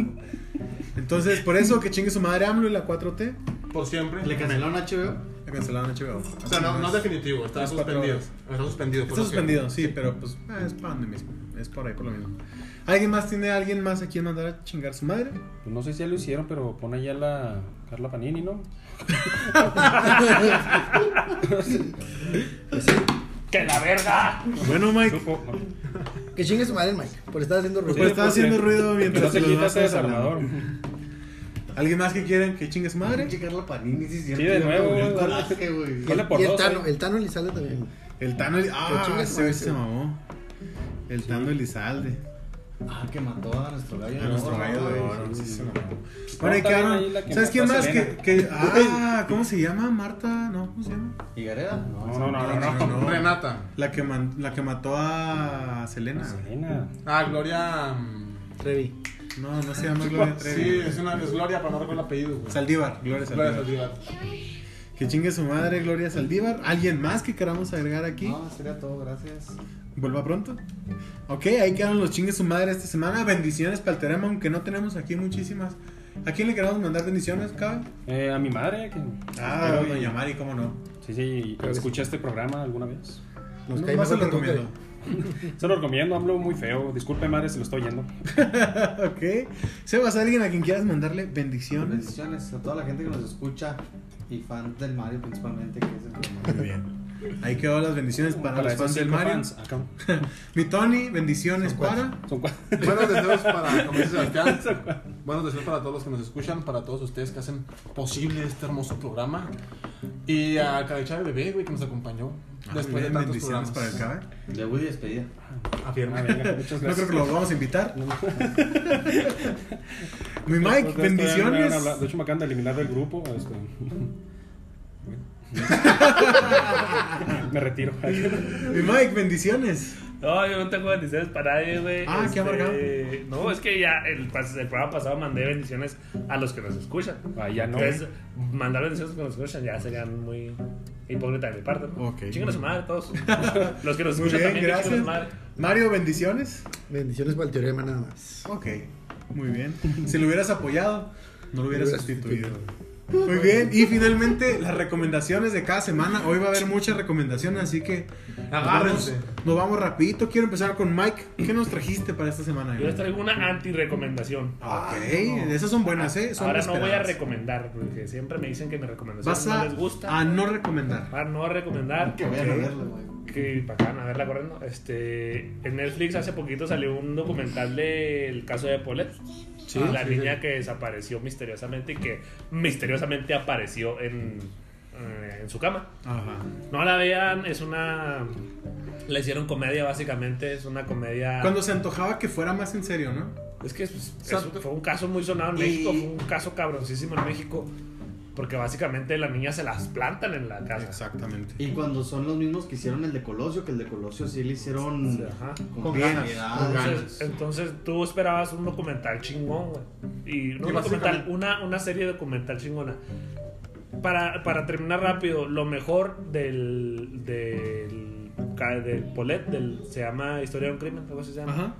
B: Entonces, por eso que chingue su madre AMLO y la 4T,
F: Por siempre.
D: ¿Le cancelaron HBO?
B: la cancelaron en HBO.
F: O sea, no, no es definitivo, está
B: Es cuatro
F: suspendido.
B: horas.
F: Está suspendido. por
B: Está
F: lo que-
B: suspendido, sí, pero pues ah, es para donde mismo. Es por ahí, por lo mismo. ¿Alguien más tiene a alguien más a quien mandar a chingar su madre?
E: Pues No sé si ya lo hicieron, pero pon allá la Carla Panini, ¿no?
C: ¡Que la verga!
B: Bueno, Mike,
E: Supo. no.
G: Que chingue su madre el Mike, por estar haciendo
B: pues
G: ruido.
B: está haciendo ruido
E: Que no
B: mientras
E: se
B: los
E: quita
B: demás
E: ese
B: estamos hablando.
E: desarmador.
B: ¿Alguien más que quieren que chingue su madre?
D: Pinche Carla Panini, sí, es cierto.
E: Sí, de
D: yo
E: nuevo,
D: me morí
E: güey, dale.
D: coraje, güey.
G: Y el,
C: Pues,
E: Ponle por
G: y el
E: dos,
G: Tano,
E: eh.
G: el Tano Elizalde también.
B: El Tano Elizalde.
G: Que
B: Ah,
G: chingue
B: ese
G: su madre.
B: se mamó. El Tano Elizalde.
D: Ah, que mató a nuestro gallo.
B: A
D: de
B: nuestro
D: oro,
B: gallo de
D: güey.
B: oro. Sí, se mamó.
E: No,
B: Bueno, y
E: está bien ahí la
B: quedaron.
E: que
B: ¿Sabes quién
E: mató a
B: más? Que,
E: Selena.
B: que- ah, ¿cómo se llama? Marta. No, ¿cómo se llama?
D: ¿Y Gareda?
E: No, no, no, no,
B: No,
E: no.
B: no, no.
F: Renata.
B: La que, man- la que mató a Selena.
E: Selena.
F: Ah, Gloria. mm,
G: Trevi.
B: No, no se llama Gloria Trevi.
F: Sí, es una es Gloria, pero no recuerdo el apellido. güey.
B: Saldívar, Gloria
F: Gloria
B: Saldívar.
F: Saldívar.
B: Que chingue su madre, Gloria Saldívar. ¿Alguien más que queramos agregar aquí?
D: No, sería todo, gracias.
B: Vuelva pronto. Ok, ahí quedaron los chingue su madre esta semana. Bendiciones para el Terema, aunque no tenemos aquí muchísimas. ¿A quién le queremos mandar bendiciones, cabe?
E: Eh, a mi madre, que
B: Ah, doña Mari, cómo no.
E: sí, sí, escuché este programa alguna vez.
G: Nos
B: No,
G: cae
B: más
G: mejor
B: se lo
G: con Coca.
B: recomiendo.
E: Se lo recomiendo, hablo muy feo. Disculpe, madre, si lo estoy oyendo.
B: ok. Sebas, ¿alguien a quien quieras mandarle bendiciones?
D: Bendiciones a toda la gente que nos escucha y fans del Mario principalmente, que es el que más-
B: Muy bien. Ahí quedó las bendiciones para, los
E: esos
B: fans del
E: cinco
B: Mario.
E: fans. Ah, cabrón.
B: *laughs* Mi Tony, bendiciones para.
E: Son cuatro.
F: Buenos deseos para, como dice Sebastián, buenos deseos para todos los que nos escuchan, para todos ustedes que hacen posible este hermoso programa. Y a Cabechá de Bebé, güey, que nos acompañó después de
B: Ah, Bien,
F: tantos
B: bendiciones
F: programas.
B: para el cabe.
D: Le voy a despedida.
E: Ah,
F: Afirma.
E: venga, *laughs* muchas
B: No creo
E: gracias.
B: que lo vamos a invitar. Mi Mike,
E: Ustedes todavía no me van a hablar.
B: bendiciones.
E: De hecho, me acaban de eliminar del grupo. *laughs* este. *laughs* me retiro. *laughs*
B: Mi Mike, bendiciones.
C: No, yo no tengo bendiciones para nadie, güey. Este,
B: Ah, qué amargado.
C: No, es que ya el, pas- el programa pasado mandé bendiciones a los que nos escuchan.
E: Ah, ya no.
C: Entonces, mandar bendiciones a los que nos escuchan ya serían muy hipócrita de mi parte, ¿no?
B: Ok.
C: Chinguen a su madre
B: *laughs*
C: todos. los que nos
B: Muy bien,
C: escuchan también, chinguen a
B: gracias.
C: su madre.
B: Mario, bendiciones.
G: Bendiciones para el teorema nada más.
B: Ok, muy bien. Si lo hubieras apoyado, no lo hubieras
G: Lo hubiera
B: sustituido. Muy bien, y finalmente las recomendaciones de cada semana. Hoy va a haber muchas recomendaciones, así que nos
F: Agárrense.
B: vamos- Nos vamos rapidito. Quiero empezar con Mike. ¿Qué nos trajiste para esta semana?
C: Yo les
B: Mike?
C: traigo una anti-recomendación.
B: Ok, esas son buenas, ¿eh? Ah, Son
C: Ahora no voy a
B: esperadas.
C: recomendar, porque siempre me dicen que mi recomendación
B: Vas
C: no
B: a,
C: les gusta.
B: a no recomendar.
C: Para no recomendar.
D: Que vayan a verlo, güey.
C: Que bacán, a verla corriendo. Este, en Netflix hace poquito salió un documental del caso de Paulette. la niña que desapareció misteriosamente y que misteriosamente apareció en, eh, en su cama.
B: Ajá.
C: No la vean, es una. Le hicieron comedia básicamente, es una comedia.
B: Cuando se antojaba que fuera más en serio, ¿no?
C: Es que es- es- fue un caso muy sonado en México, fue un caso cabroncísimo en México. Porque básicamente las niñas se las plantan en la casa.
B: Exactamente.
D: Y cuando son los mismos que hicieron el de Colosio, que el de Colosio sí le hicieron
C: Sí, ajá.
D: con
B: Con
D: ganas.
B: ganas,
D: con
C: Entonces,
D: ganas.
C: entonces tú esperabas un documental chingón, güey. Y no
F: Y
C: un documental,
F: básicamente-
C: una, una serie documental chingona. Para, para terminar rápido, lo mejor del. del. ca- del Polet, del, se llama Historia de un crimen, algo así se llama.
B: Ajá.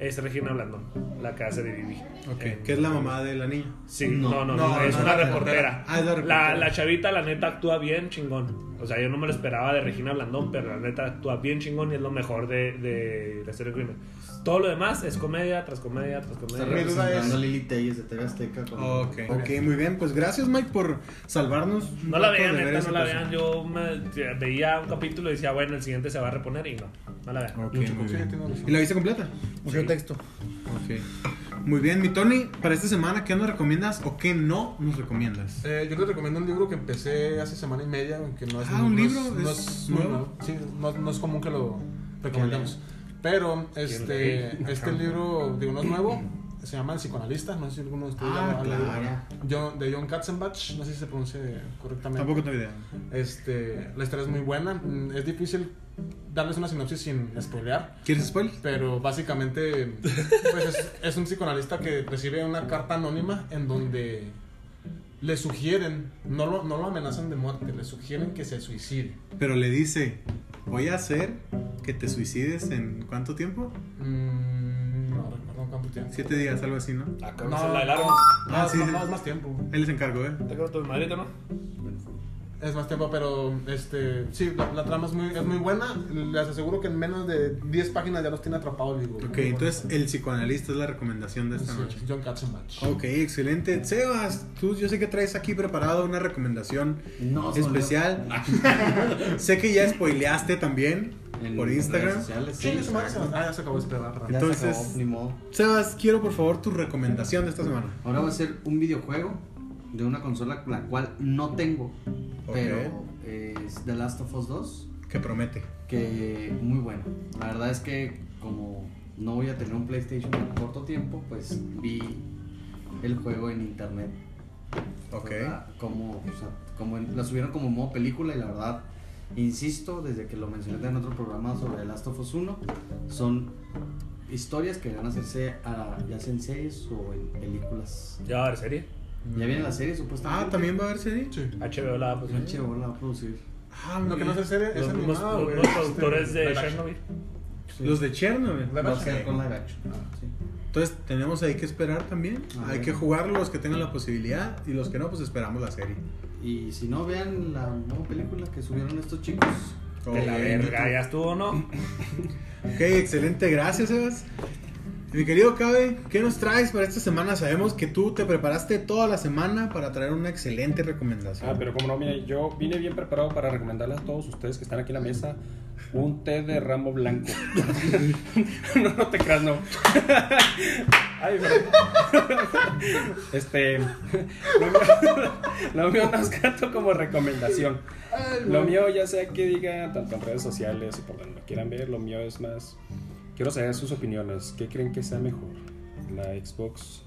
C: Es Regina Blandón, la que hace de Eh, Vivi.
B: Ok.
C: En-
B: Que es la mamá de la niña.
C: Sí,
D: No,
C: no, no, no,
B: no,
C: es
B: no,
C: una
B: la
C: reportera.
B: reportera. Ah, es la reportera.
C: La, la chavita, la neta, actúa bien chingón. O sea, yo no me lo esperaba de Regina Blandón, pero la neta actúa bien chingón y es lo mejor de, de la serie crimen. Todo lo demás es comedia tras comedia tras
D: Está
C: comedia.
B: re-
D: representando a Lili Telles de TV Azteca. con-
B: Ok. Ok, muy bien. Pues gracias, Mike, por salvarnos. un
C: No la
B: rato
C: vean,
B: de ver
C: neta,
B: esa
C: no la
B: cosa.
C: vean. Yo me- veía un capítulo y decía, bueno, el siguiente se va a reponer y no, no la vean.
B: Ok, muy bien. ¿Y la viste completa?
G: Mucho texto.
B: Ok. Muy bien, mi Tony, para esta semana, ¿qué nos recomiendas o qué no nos recomiendas?
F: Eh, yo te recomiendo un libro que empecé hace semana y media, que no es
B: Ah, un
F: no
B: libro,
F: no
B: ¿es
F: no,
B: nuevo?
F: no, sí, no, no es común que lo recomendemos. Pero este, este libro, digo, no es nuevo, se llama El psicoanalista, no sé si alguno de ustedes ya lo
B: Ah,
F: ha leído.
B: claro.
F: John- de John Katzenbach, no sé si se pronuncia correctamente.
B: Tampoco tengo idea.
F: Este, la historia es muy buena, mm, es difícil darles una sinopsis sin spoilear.
B: ¿Quieres spoiler?
F: Pero básicamente pues es, es un psicoanalista que recibe una carta anónima en donde le sugieren, no lo, no lo amenazan de muerte, le sugieren que se suicide.
B: Pero le dice, voy a hacer que te suicides en cuánto tiempo?
F: Mm, no recuerdo cuánto tiempo.
B: Siete días, algo así, ¿no?
C: Acá
F: No,
C: la alarma.
F: no,
B: Ah, sí,
F: no,
B: sí.
F: no, es más tiempo.
B: Él les encargo, ¿eh?
C: Te quedo tu madrita, ¿no?
F: Es más tiempo, pero este, sí, la, la trama es muy, es muy buena. Les aseguro que en menos de 10 páginas ya los tiene atrapados, digo.
B: Ok, entonces el psicoanalista es la recomendación de esta noche.
F: Sí, John Katzenbach.
B: Ok, excelente. Sebas, tú yo sé que traes aquí preparado una recomendación
D: No, se me olvidó.
B: especial. *laughs* sé que ya spoileaste también
D: En
B: por
D: redes
B: Instagram.
D: sociales,
F: Sí,
D: sí,
F: esa madre se
D: exacto.
F: nos- Ah, ya se acabó de esperar.
D: Ya se
B: Entonces-
D: acabó, ni modo.
B: Sebas, quiero por favor tu recomendación de esta semana.
D: Ahora va a ser un videojuego de una consola la cual no tengo,
B: Ok.
D: pero es The Last of Us 2,
B: Que promete.
D: que muy bueno. La verdad es que como no voy a tener un PlayStation por corto tiempo, pues vi el juego en internet.
B: Ok.
D: ¿verdad? Como, o sea, como en- la subieron como modo película y la verdad, insisto, desde que lo mencioné en otro programa sobre The Last of Us 1, son historias que van a hacerse a- ya sea en series o en películas.
C: Ya va a haber serie.
D: Ya viene la serie
B: Ah,
D: supuestamente.
B: también va a haber serie.
F: Sí.
C: HBO la va a
D: Pues el
C: producir.
D: chavo la va a producir.
B: Ah,
F: Lo
B: muy
F: que no
B: bien.
F: se serie es
C: Los mismos
F: animado,
C: los
F: güey.
C: mismos productores
F: Este,
C: de
F: live action.
C: Chernobyl.
B: Los de Chernobyl.
D: Va a
F: Live
D: ser
F: action.
D: con live action. sí.
B: Entonces tenemos ahí que esperar también.
D: Ah,
B: Hay
D: bueno.
B: que jugar los que tengan la posibilidad y los que no, pues esperamos la serie.
D: Y si no, vean la nueva película que subieron estos chicos.
C: De la
B: Ok,
C: verga, ya estuvo, ¿no?
B: Ok, excelente, gracias Sebas. Mi querido Cabe, ¿qué nos traes para esta semana? Sabemos que tú te preparaste toda la semana para traer una excelente recomendación.
E: Ah, pero como no, mire, yo vine bien preparado para recomendarles a todos ustedes que están aquí en la mesa un té de ramo blanco. *laughs* no, no te creas, no. *laughs* Ay, pero- Este. Lo mío, *laughs* lo mío no es tanto como recomendación. Lo mío, ya sea que digan tanto en redes sociales o por donde lo quieran ver, lo mío es más. Quiero saber sus opiniones. ¿Qué creen que sea mejor? ¿La Xbox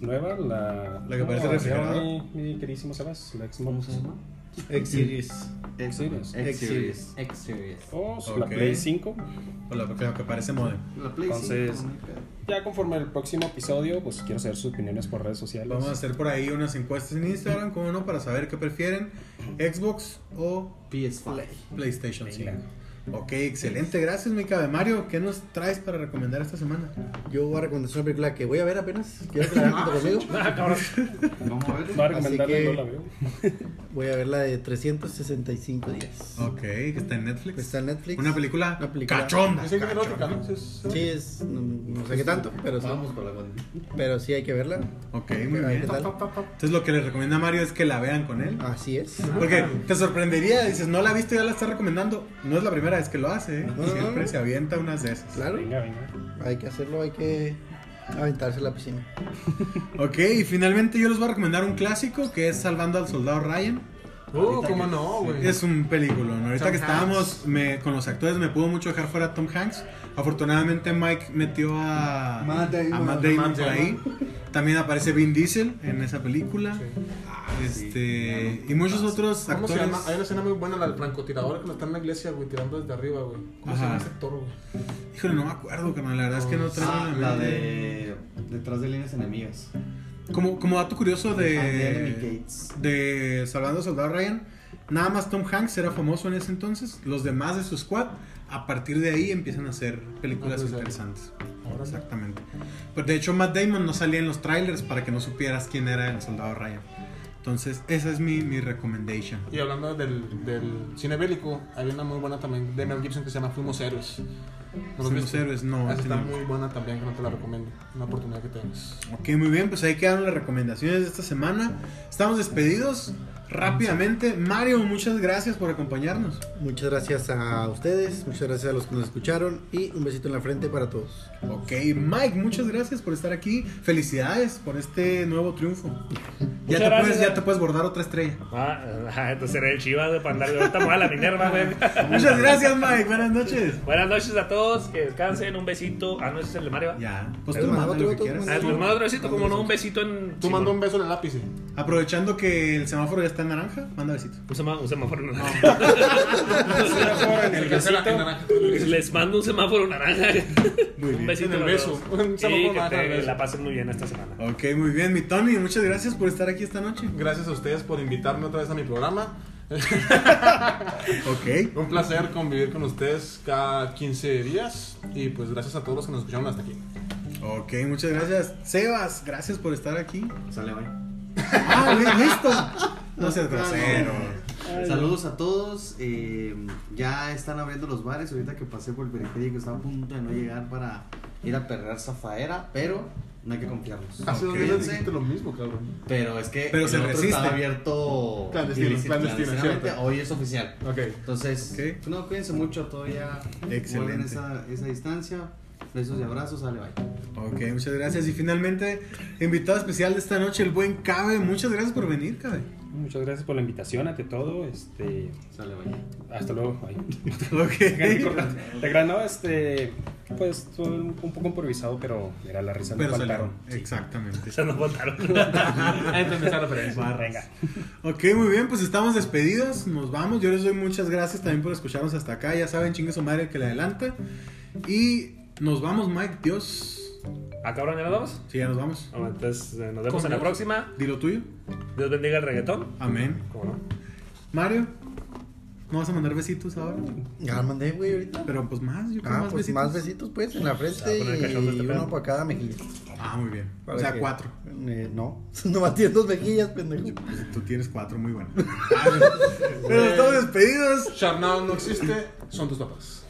E: nueva? ¿La,
B: La que
E: ¿cómo
B: parece
E: se llama
B: refrigerador?
E: Mi, mi queridísimo Sebas. ¿La
D: ¿Cómo
E: Xbox?
D: se llama?
B: Ah,
G: Exiris.
E: X-Series.
D: X-Series. X-Series.
E: O
B: Ok.
E: la Play 5.
B: O la lo que parece modem.
D: La Play
E: Entonces-
D: 5, ¿no?
E: Ya conforme el próximo episodio, pues quiero saber sus opiniones por redes sociales.
B: Vamos a hacer por ahí unas encuestas en Instagram, como no, para saber qué prefieren, Xbox o
D: PS5.
B: PlayStation 5.
E: Venga.
B: Ok, excelente, gracias mi Cabe. Mario, ¿qué nos traes para recomendar esta semana?
G: Yo voy a recomendar una película que voy a ver apenas. Quiero que la vean junto conmigo.
C: *laughs* Ah, cabrón.
D: Vamos a ver.
E: No a recomendarle,
G: que-
E: no la veo.
G: Voy a ver la de 365 días.
B: Ok, que está en Netflix.
G: Está en Netflix.
B: Una película,
G: Una película-
B: cachonda.
F: Yo sé que es
B: cachonda.
F: erótica, ¿no? Sí, es-
G: Sí, es. No, no sé qué tanto, pero sí.
D: Vamos con la cuenta.
G: Pero sí hay que verla.
B: Ok, muy
G: A ver
B: bien.
G: qué tal.
B: Entonces lo que les recomienda Mario es que la vean con él.
G: Así es.
B: Porque te sorprendería, dices, no la viste, ya la está recomendando. No es la primera vez que lo hace, ¿eh?
G: Ajá.
B: siempre se avienta unas de esas.
G: Claro.
E: Venga, venga.
G: Hay que hacerlo, hay que aventarse a la piscina.
B: Ok, y finalmente yo les voy a recomendar un clásico que es Salvando al Soldado Ryan.
F: Uh, cómo no, güey.
B: Es un película, Ahorita
F: Tom
B: que
F: Hanks.
B: estábamos me- con los actores me pudo mucho dejar fuera a Tom Hanks. Afortunadamente Mike metió a
G: Matt Damon.
B: a Matt Damon
F: Matt
B: por ahí. También aparece Vin Diesel en esa película. Este,
F: Ah,
B: y muchos otros
F: ¿Cómo se
B: actores.
F: llama? Hay una escena muy buena, la del francotirador que lo está en la iglesia, güey, tirando desde arriba, güey. ¿Cómo se
B: Ajá.
F: llama ese toro, güey?
B: Híjole, no me acuerdo, carnal. La verdad es que no traigo
D: Ah,
B: en
D: la
B: mente.
D: de. Detrás de líneas enemigas.
B: Como, como dato curioso
D: Ah, de Enemy
B: de,
D: Gates.
B: de Salvando al Soldado Ryan, nada más Tom Hanks era famoso en ese entonces. Los demás de su squad, a partir de ahí empiezan a hacer películas
F: Ah, pues,
B: interesantes. Exactamente. Pues de hecho, Matt Damon no salía en los trailers para que no supieras quién era el Soldado Ryan. Entonces, esa es mi, mi recommendation.
F: Y hablando del, del cine bélico, hay una muy buena también de Mel Gibson que se llama Fuimos Héroes. ¿No lo has
B: Fuimos
F: visto?
B: Héroes, no,
F: Esa está
B: tenemos.
F: muy buena también, que no te la recomiendo. Una oportunidad que tengas.
B: Ok, muy bien, pues ahí quedaron las recomendaciones de esta semana. Estamos despedidos rápidamente. Mario, muchas gracias por acompañarnos.
G: Muchas gracias a ustedes, muchas gracias a los que nos escucharon y un besito en la frente para todos.
B: Ok, Mike, muchas gracias por estar aquí. Felicidades por este nuevo triunfo. Ya,
C: Muchas
B: te puedes,
C: gracias.
B: ya te puedes bordar otra estrella.
C: Ah, *laughs* ajá, entonces era el chivas de Pandal. Ahorita me voy a la Minerva,
F: *laughs*
C: güey.
B: Muchas gracias, Mike. Buenas noches.
C: Buenas noches a todos, que descansen, un besito. Ah, no, ese es el de Mario.
B: Ya, pues
G: Pero
B: tú manda
G: otro,
B: lo que
G: otro,
B: quieras.
C: Ah, tu hermano otro besito, como no, un besito en.
F: Tú manda un beso en el lápiz. *laughs*
B: Aprovechando que el semáforo ya está en naranja, manda besito.
C: Un sema- un semáforo naranja. *laughs*
E: en el besito.
C: Les mando un semáforo naranja.
B: Muy
C: un
B: bien.
C: besito
F: En el
C: a los
F: beso.
C: dos.
F: Un semáforo
C: Y que
F: naranja,
C: te
F: beso.
C: la pasen muy bien esta
F: *laughs*
C: semana. *laughs*
B: Ok, muy bien, mi Tony. Muchas gracias por estar aquí esta noche.
F: Gracias a ustedes por invitarme otra vez a mi programa.
B: Ok.
F: Un placer convivir con ustedes cada 15 días. Y pues gracias a todos los que nos escucharon hasta aquí.
B: Ok, muchas gracias. Sebas, gracias por estar aquí.
D: Sale, bye.
B: Ah, bien, listo. No seas grosero.
D: Saludos a todos. eh, ya están abriendo los bares. Ahorita que pasé por el periférico, estaba a punto de no llegar para ir a perrear Zafaera, pero no hay que confiarnos.
F: Hace dos
B: Ok.
F: días
D: Fíjense,
F: Ah, dijiste lo mismo, cabrón.
D: Pero es que
B: Pero se resiste.
D: está abierto
F: Clandestino,
D: ilícit-
F: clandestino,
D: clandestinamente,
F: cierto.
D: Hoy es oficial.
F: Ok.
D: Entonces, pues,
B: Ok.
D: no, cuídense mucho todavía.
B: Excelente.
D: Guarden esa, esa distancia. Besos y abrazos. Sale, bye.
B: Ok, muchas gracias. Y finalmente, invitado especial de esta noche, el buen Cabe. Muchas gracias por venir, Cabe.
E: Muchas gracias por la invitación, ante todo. Este,
D: Sale, bye.
E: hasta luego. Ay.
B: *laughs* Ok.
E: *laughs* De gran, no, este, pues fue un un poco improvisado, pero mira, la risa no
B: Pero
E: faltaron.
B: salieron. Exactamente.
C: Se nos
F: *laughs*
C: votaron.
F: Entendí esa referencia.
E: Venga.
B: Ok, muy bien, pues estamos despedidos, nos vamos. Yo les doy muchas gracias también por escucharnos hasta acá. Ya saben, chingue su madre el que le adelanta. Y nos vamos, Mike. Dios.
C: ¿A Ah, cabrón ya nos vamos?
B: Sí, ya nos vamos.
C: Ah, Entonces eh, nos vemos en la próxima.
B: Dilo tuyo.
C: Dios bendiga el reggaetón.
B: Amén.
C: ¿Cómo no?
B: Mario, ¿no vas a mandar besitos ahora?
G: Ya la mandé, güey, ahorita.
B: Pero pues más, yo creo
G: Ah,
B: más
G: pues
B: besitos.
G: más besitos, pues, en la frente
C: Se va a poner cachondo
G: y
C: este
G: uno
C: pedo.
G: para cada mejilla.
B: Ah, muy bien.
G: Para
B: O sea,
G: que-
B: cuatro.
G: Eh, no, *laughs* nomás tienes dos mejillas, pendejo.
B: Tú tienes
G: *laughs*
B: cuatro, muy bueno. Pero estamos despedidos.
F: Charnao no existe, son tus papás.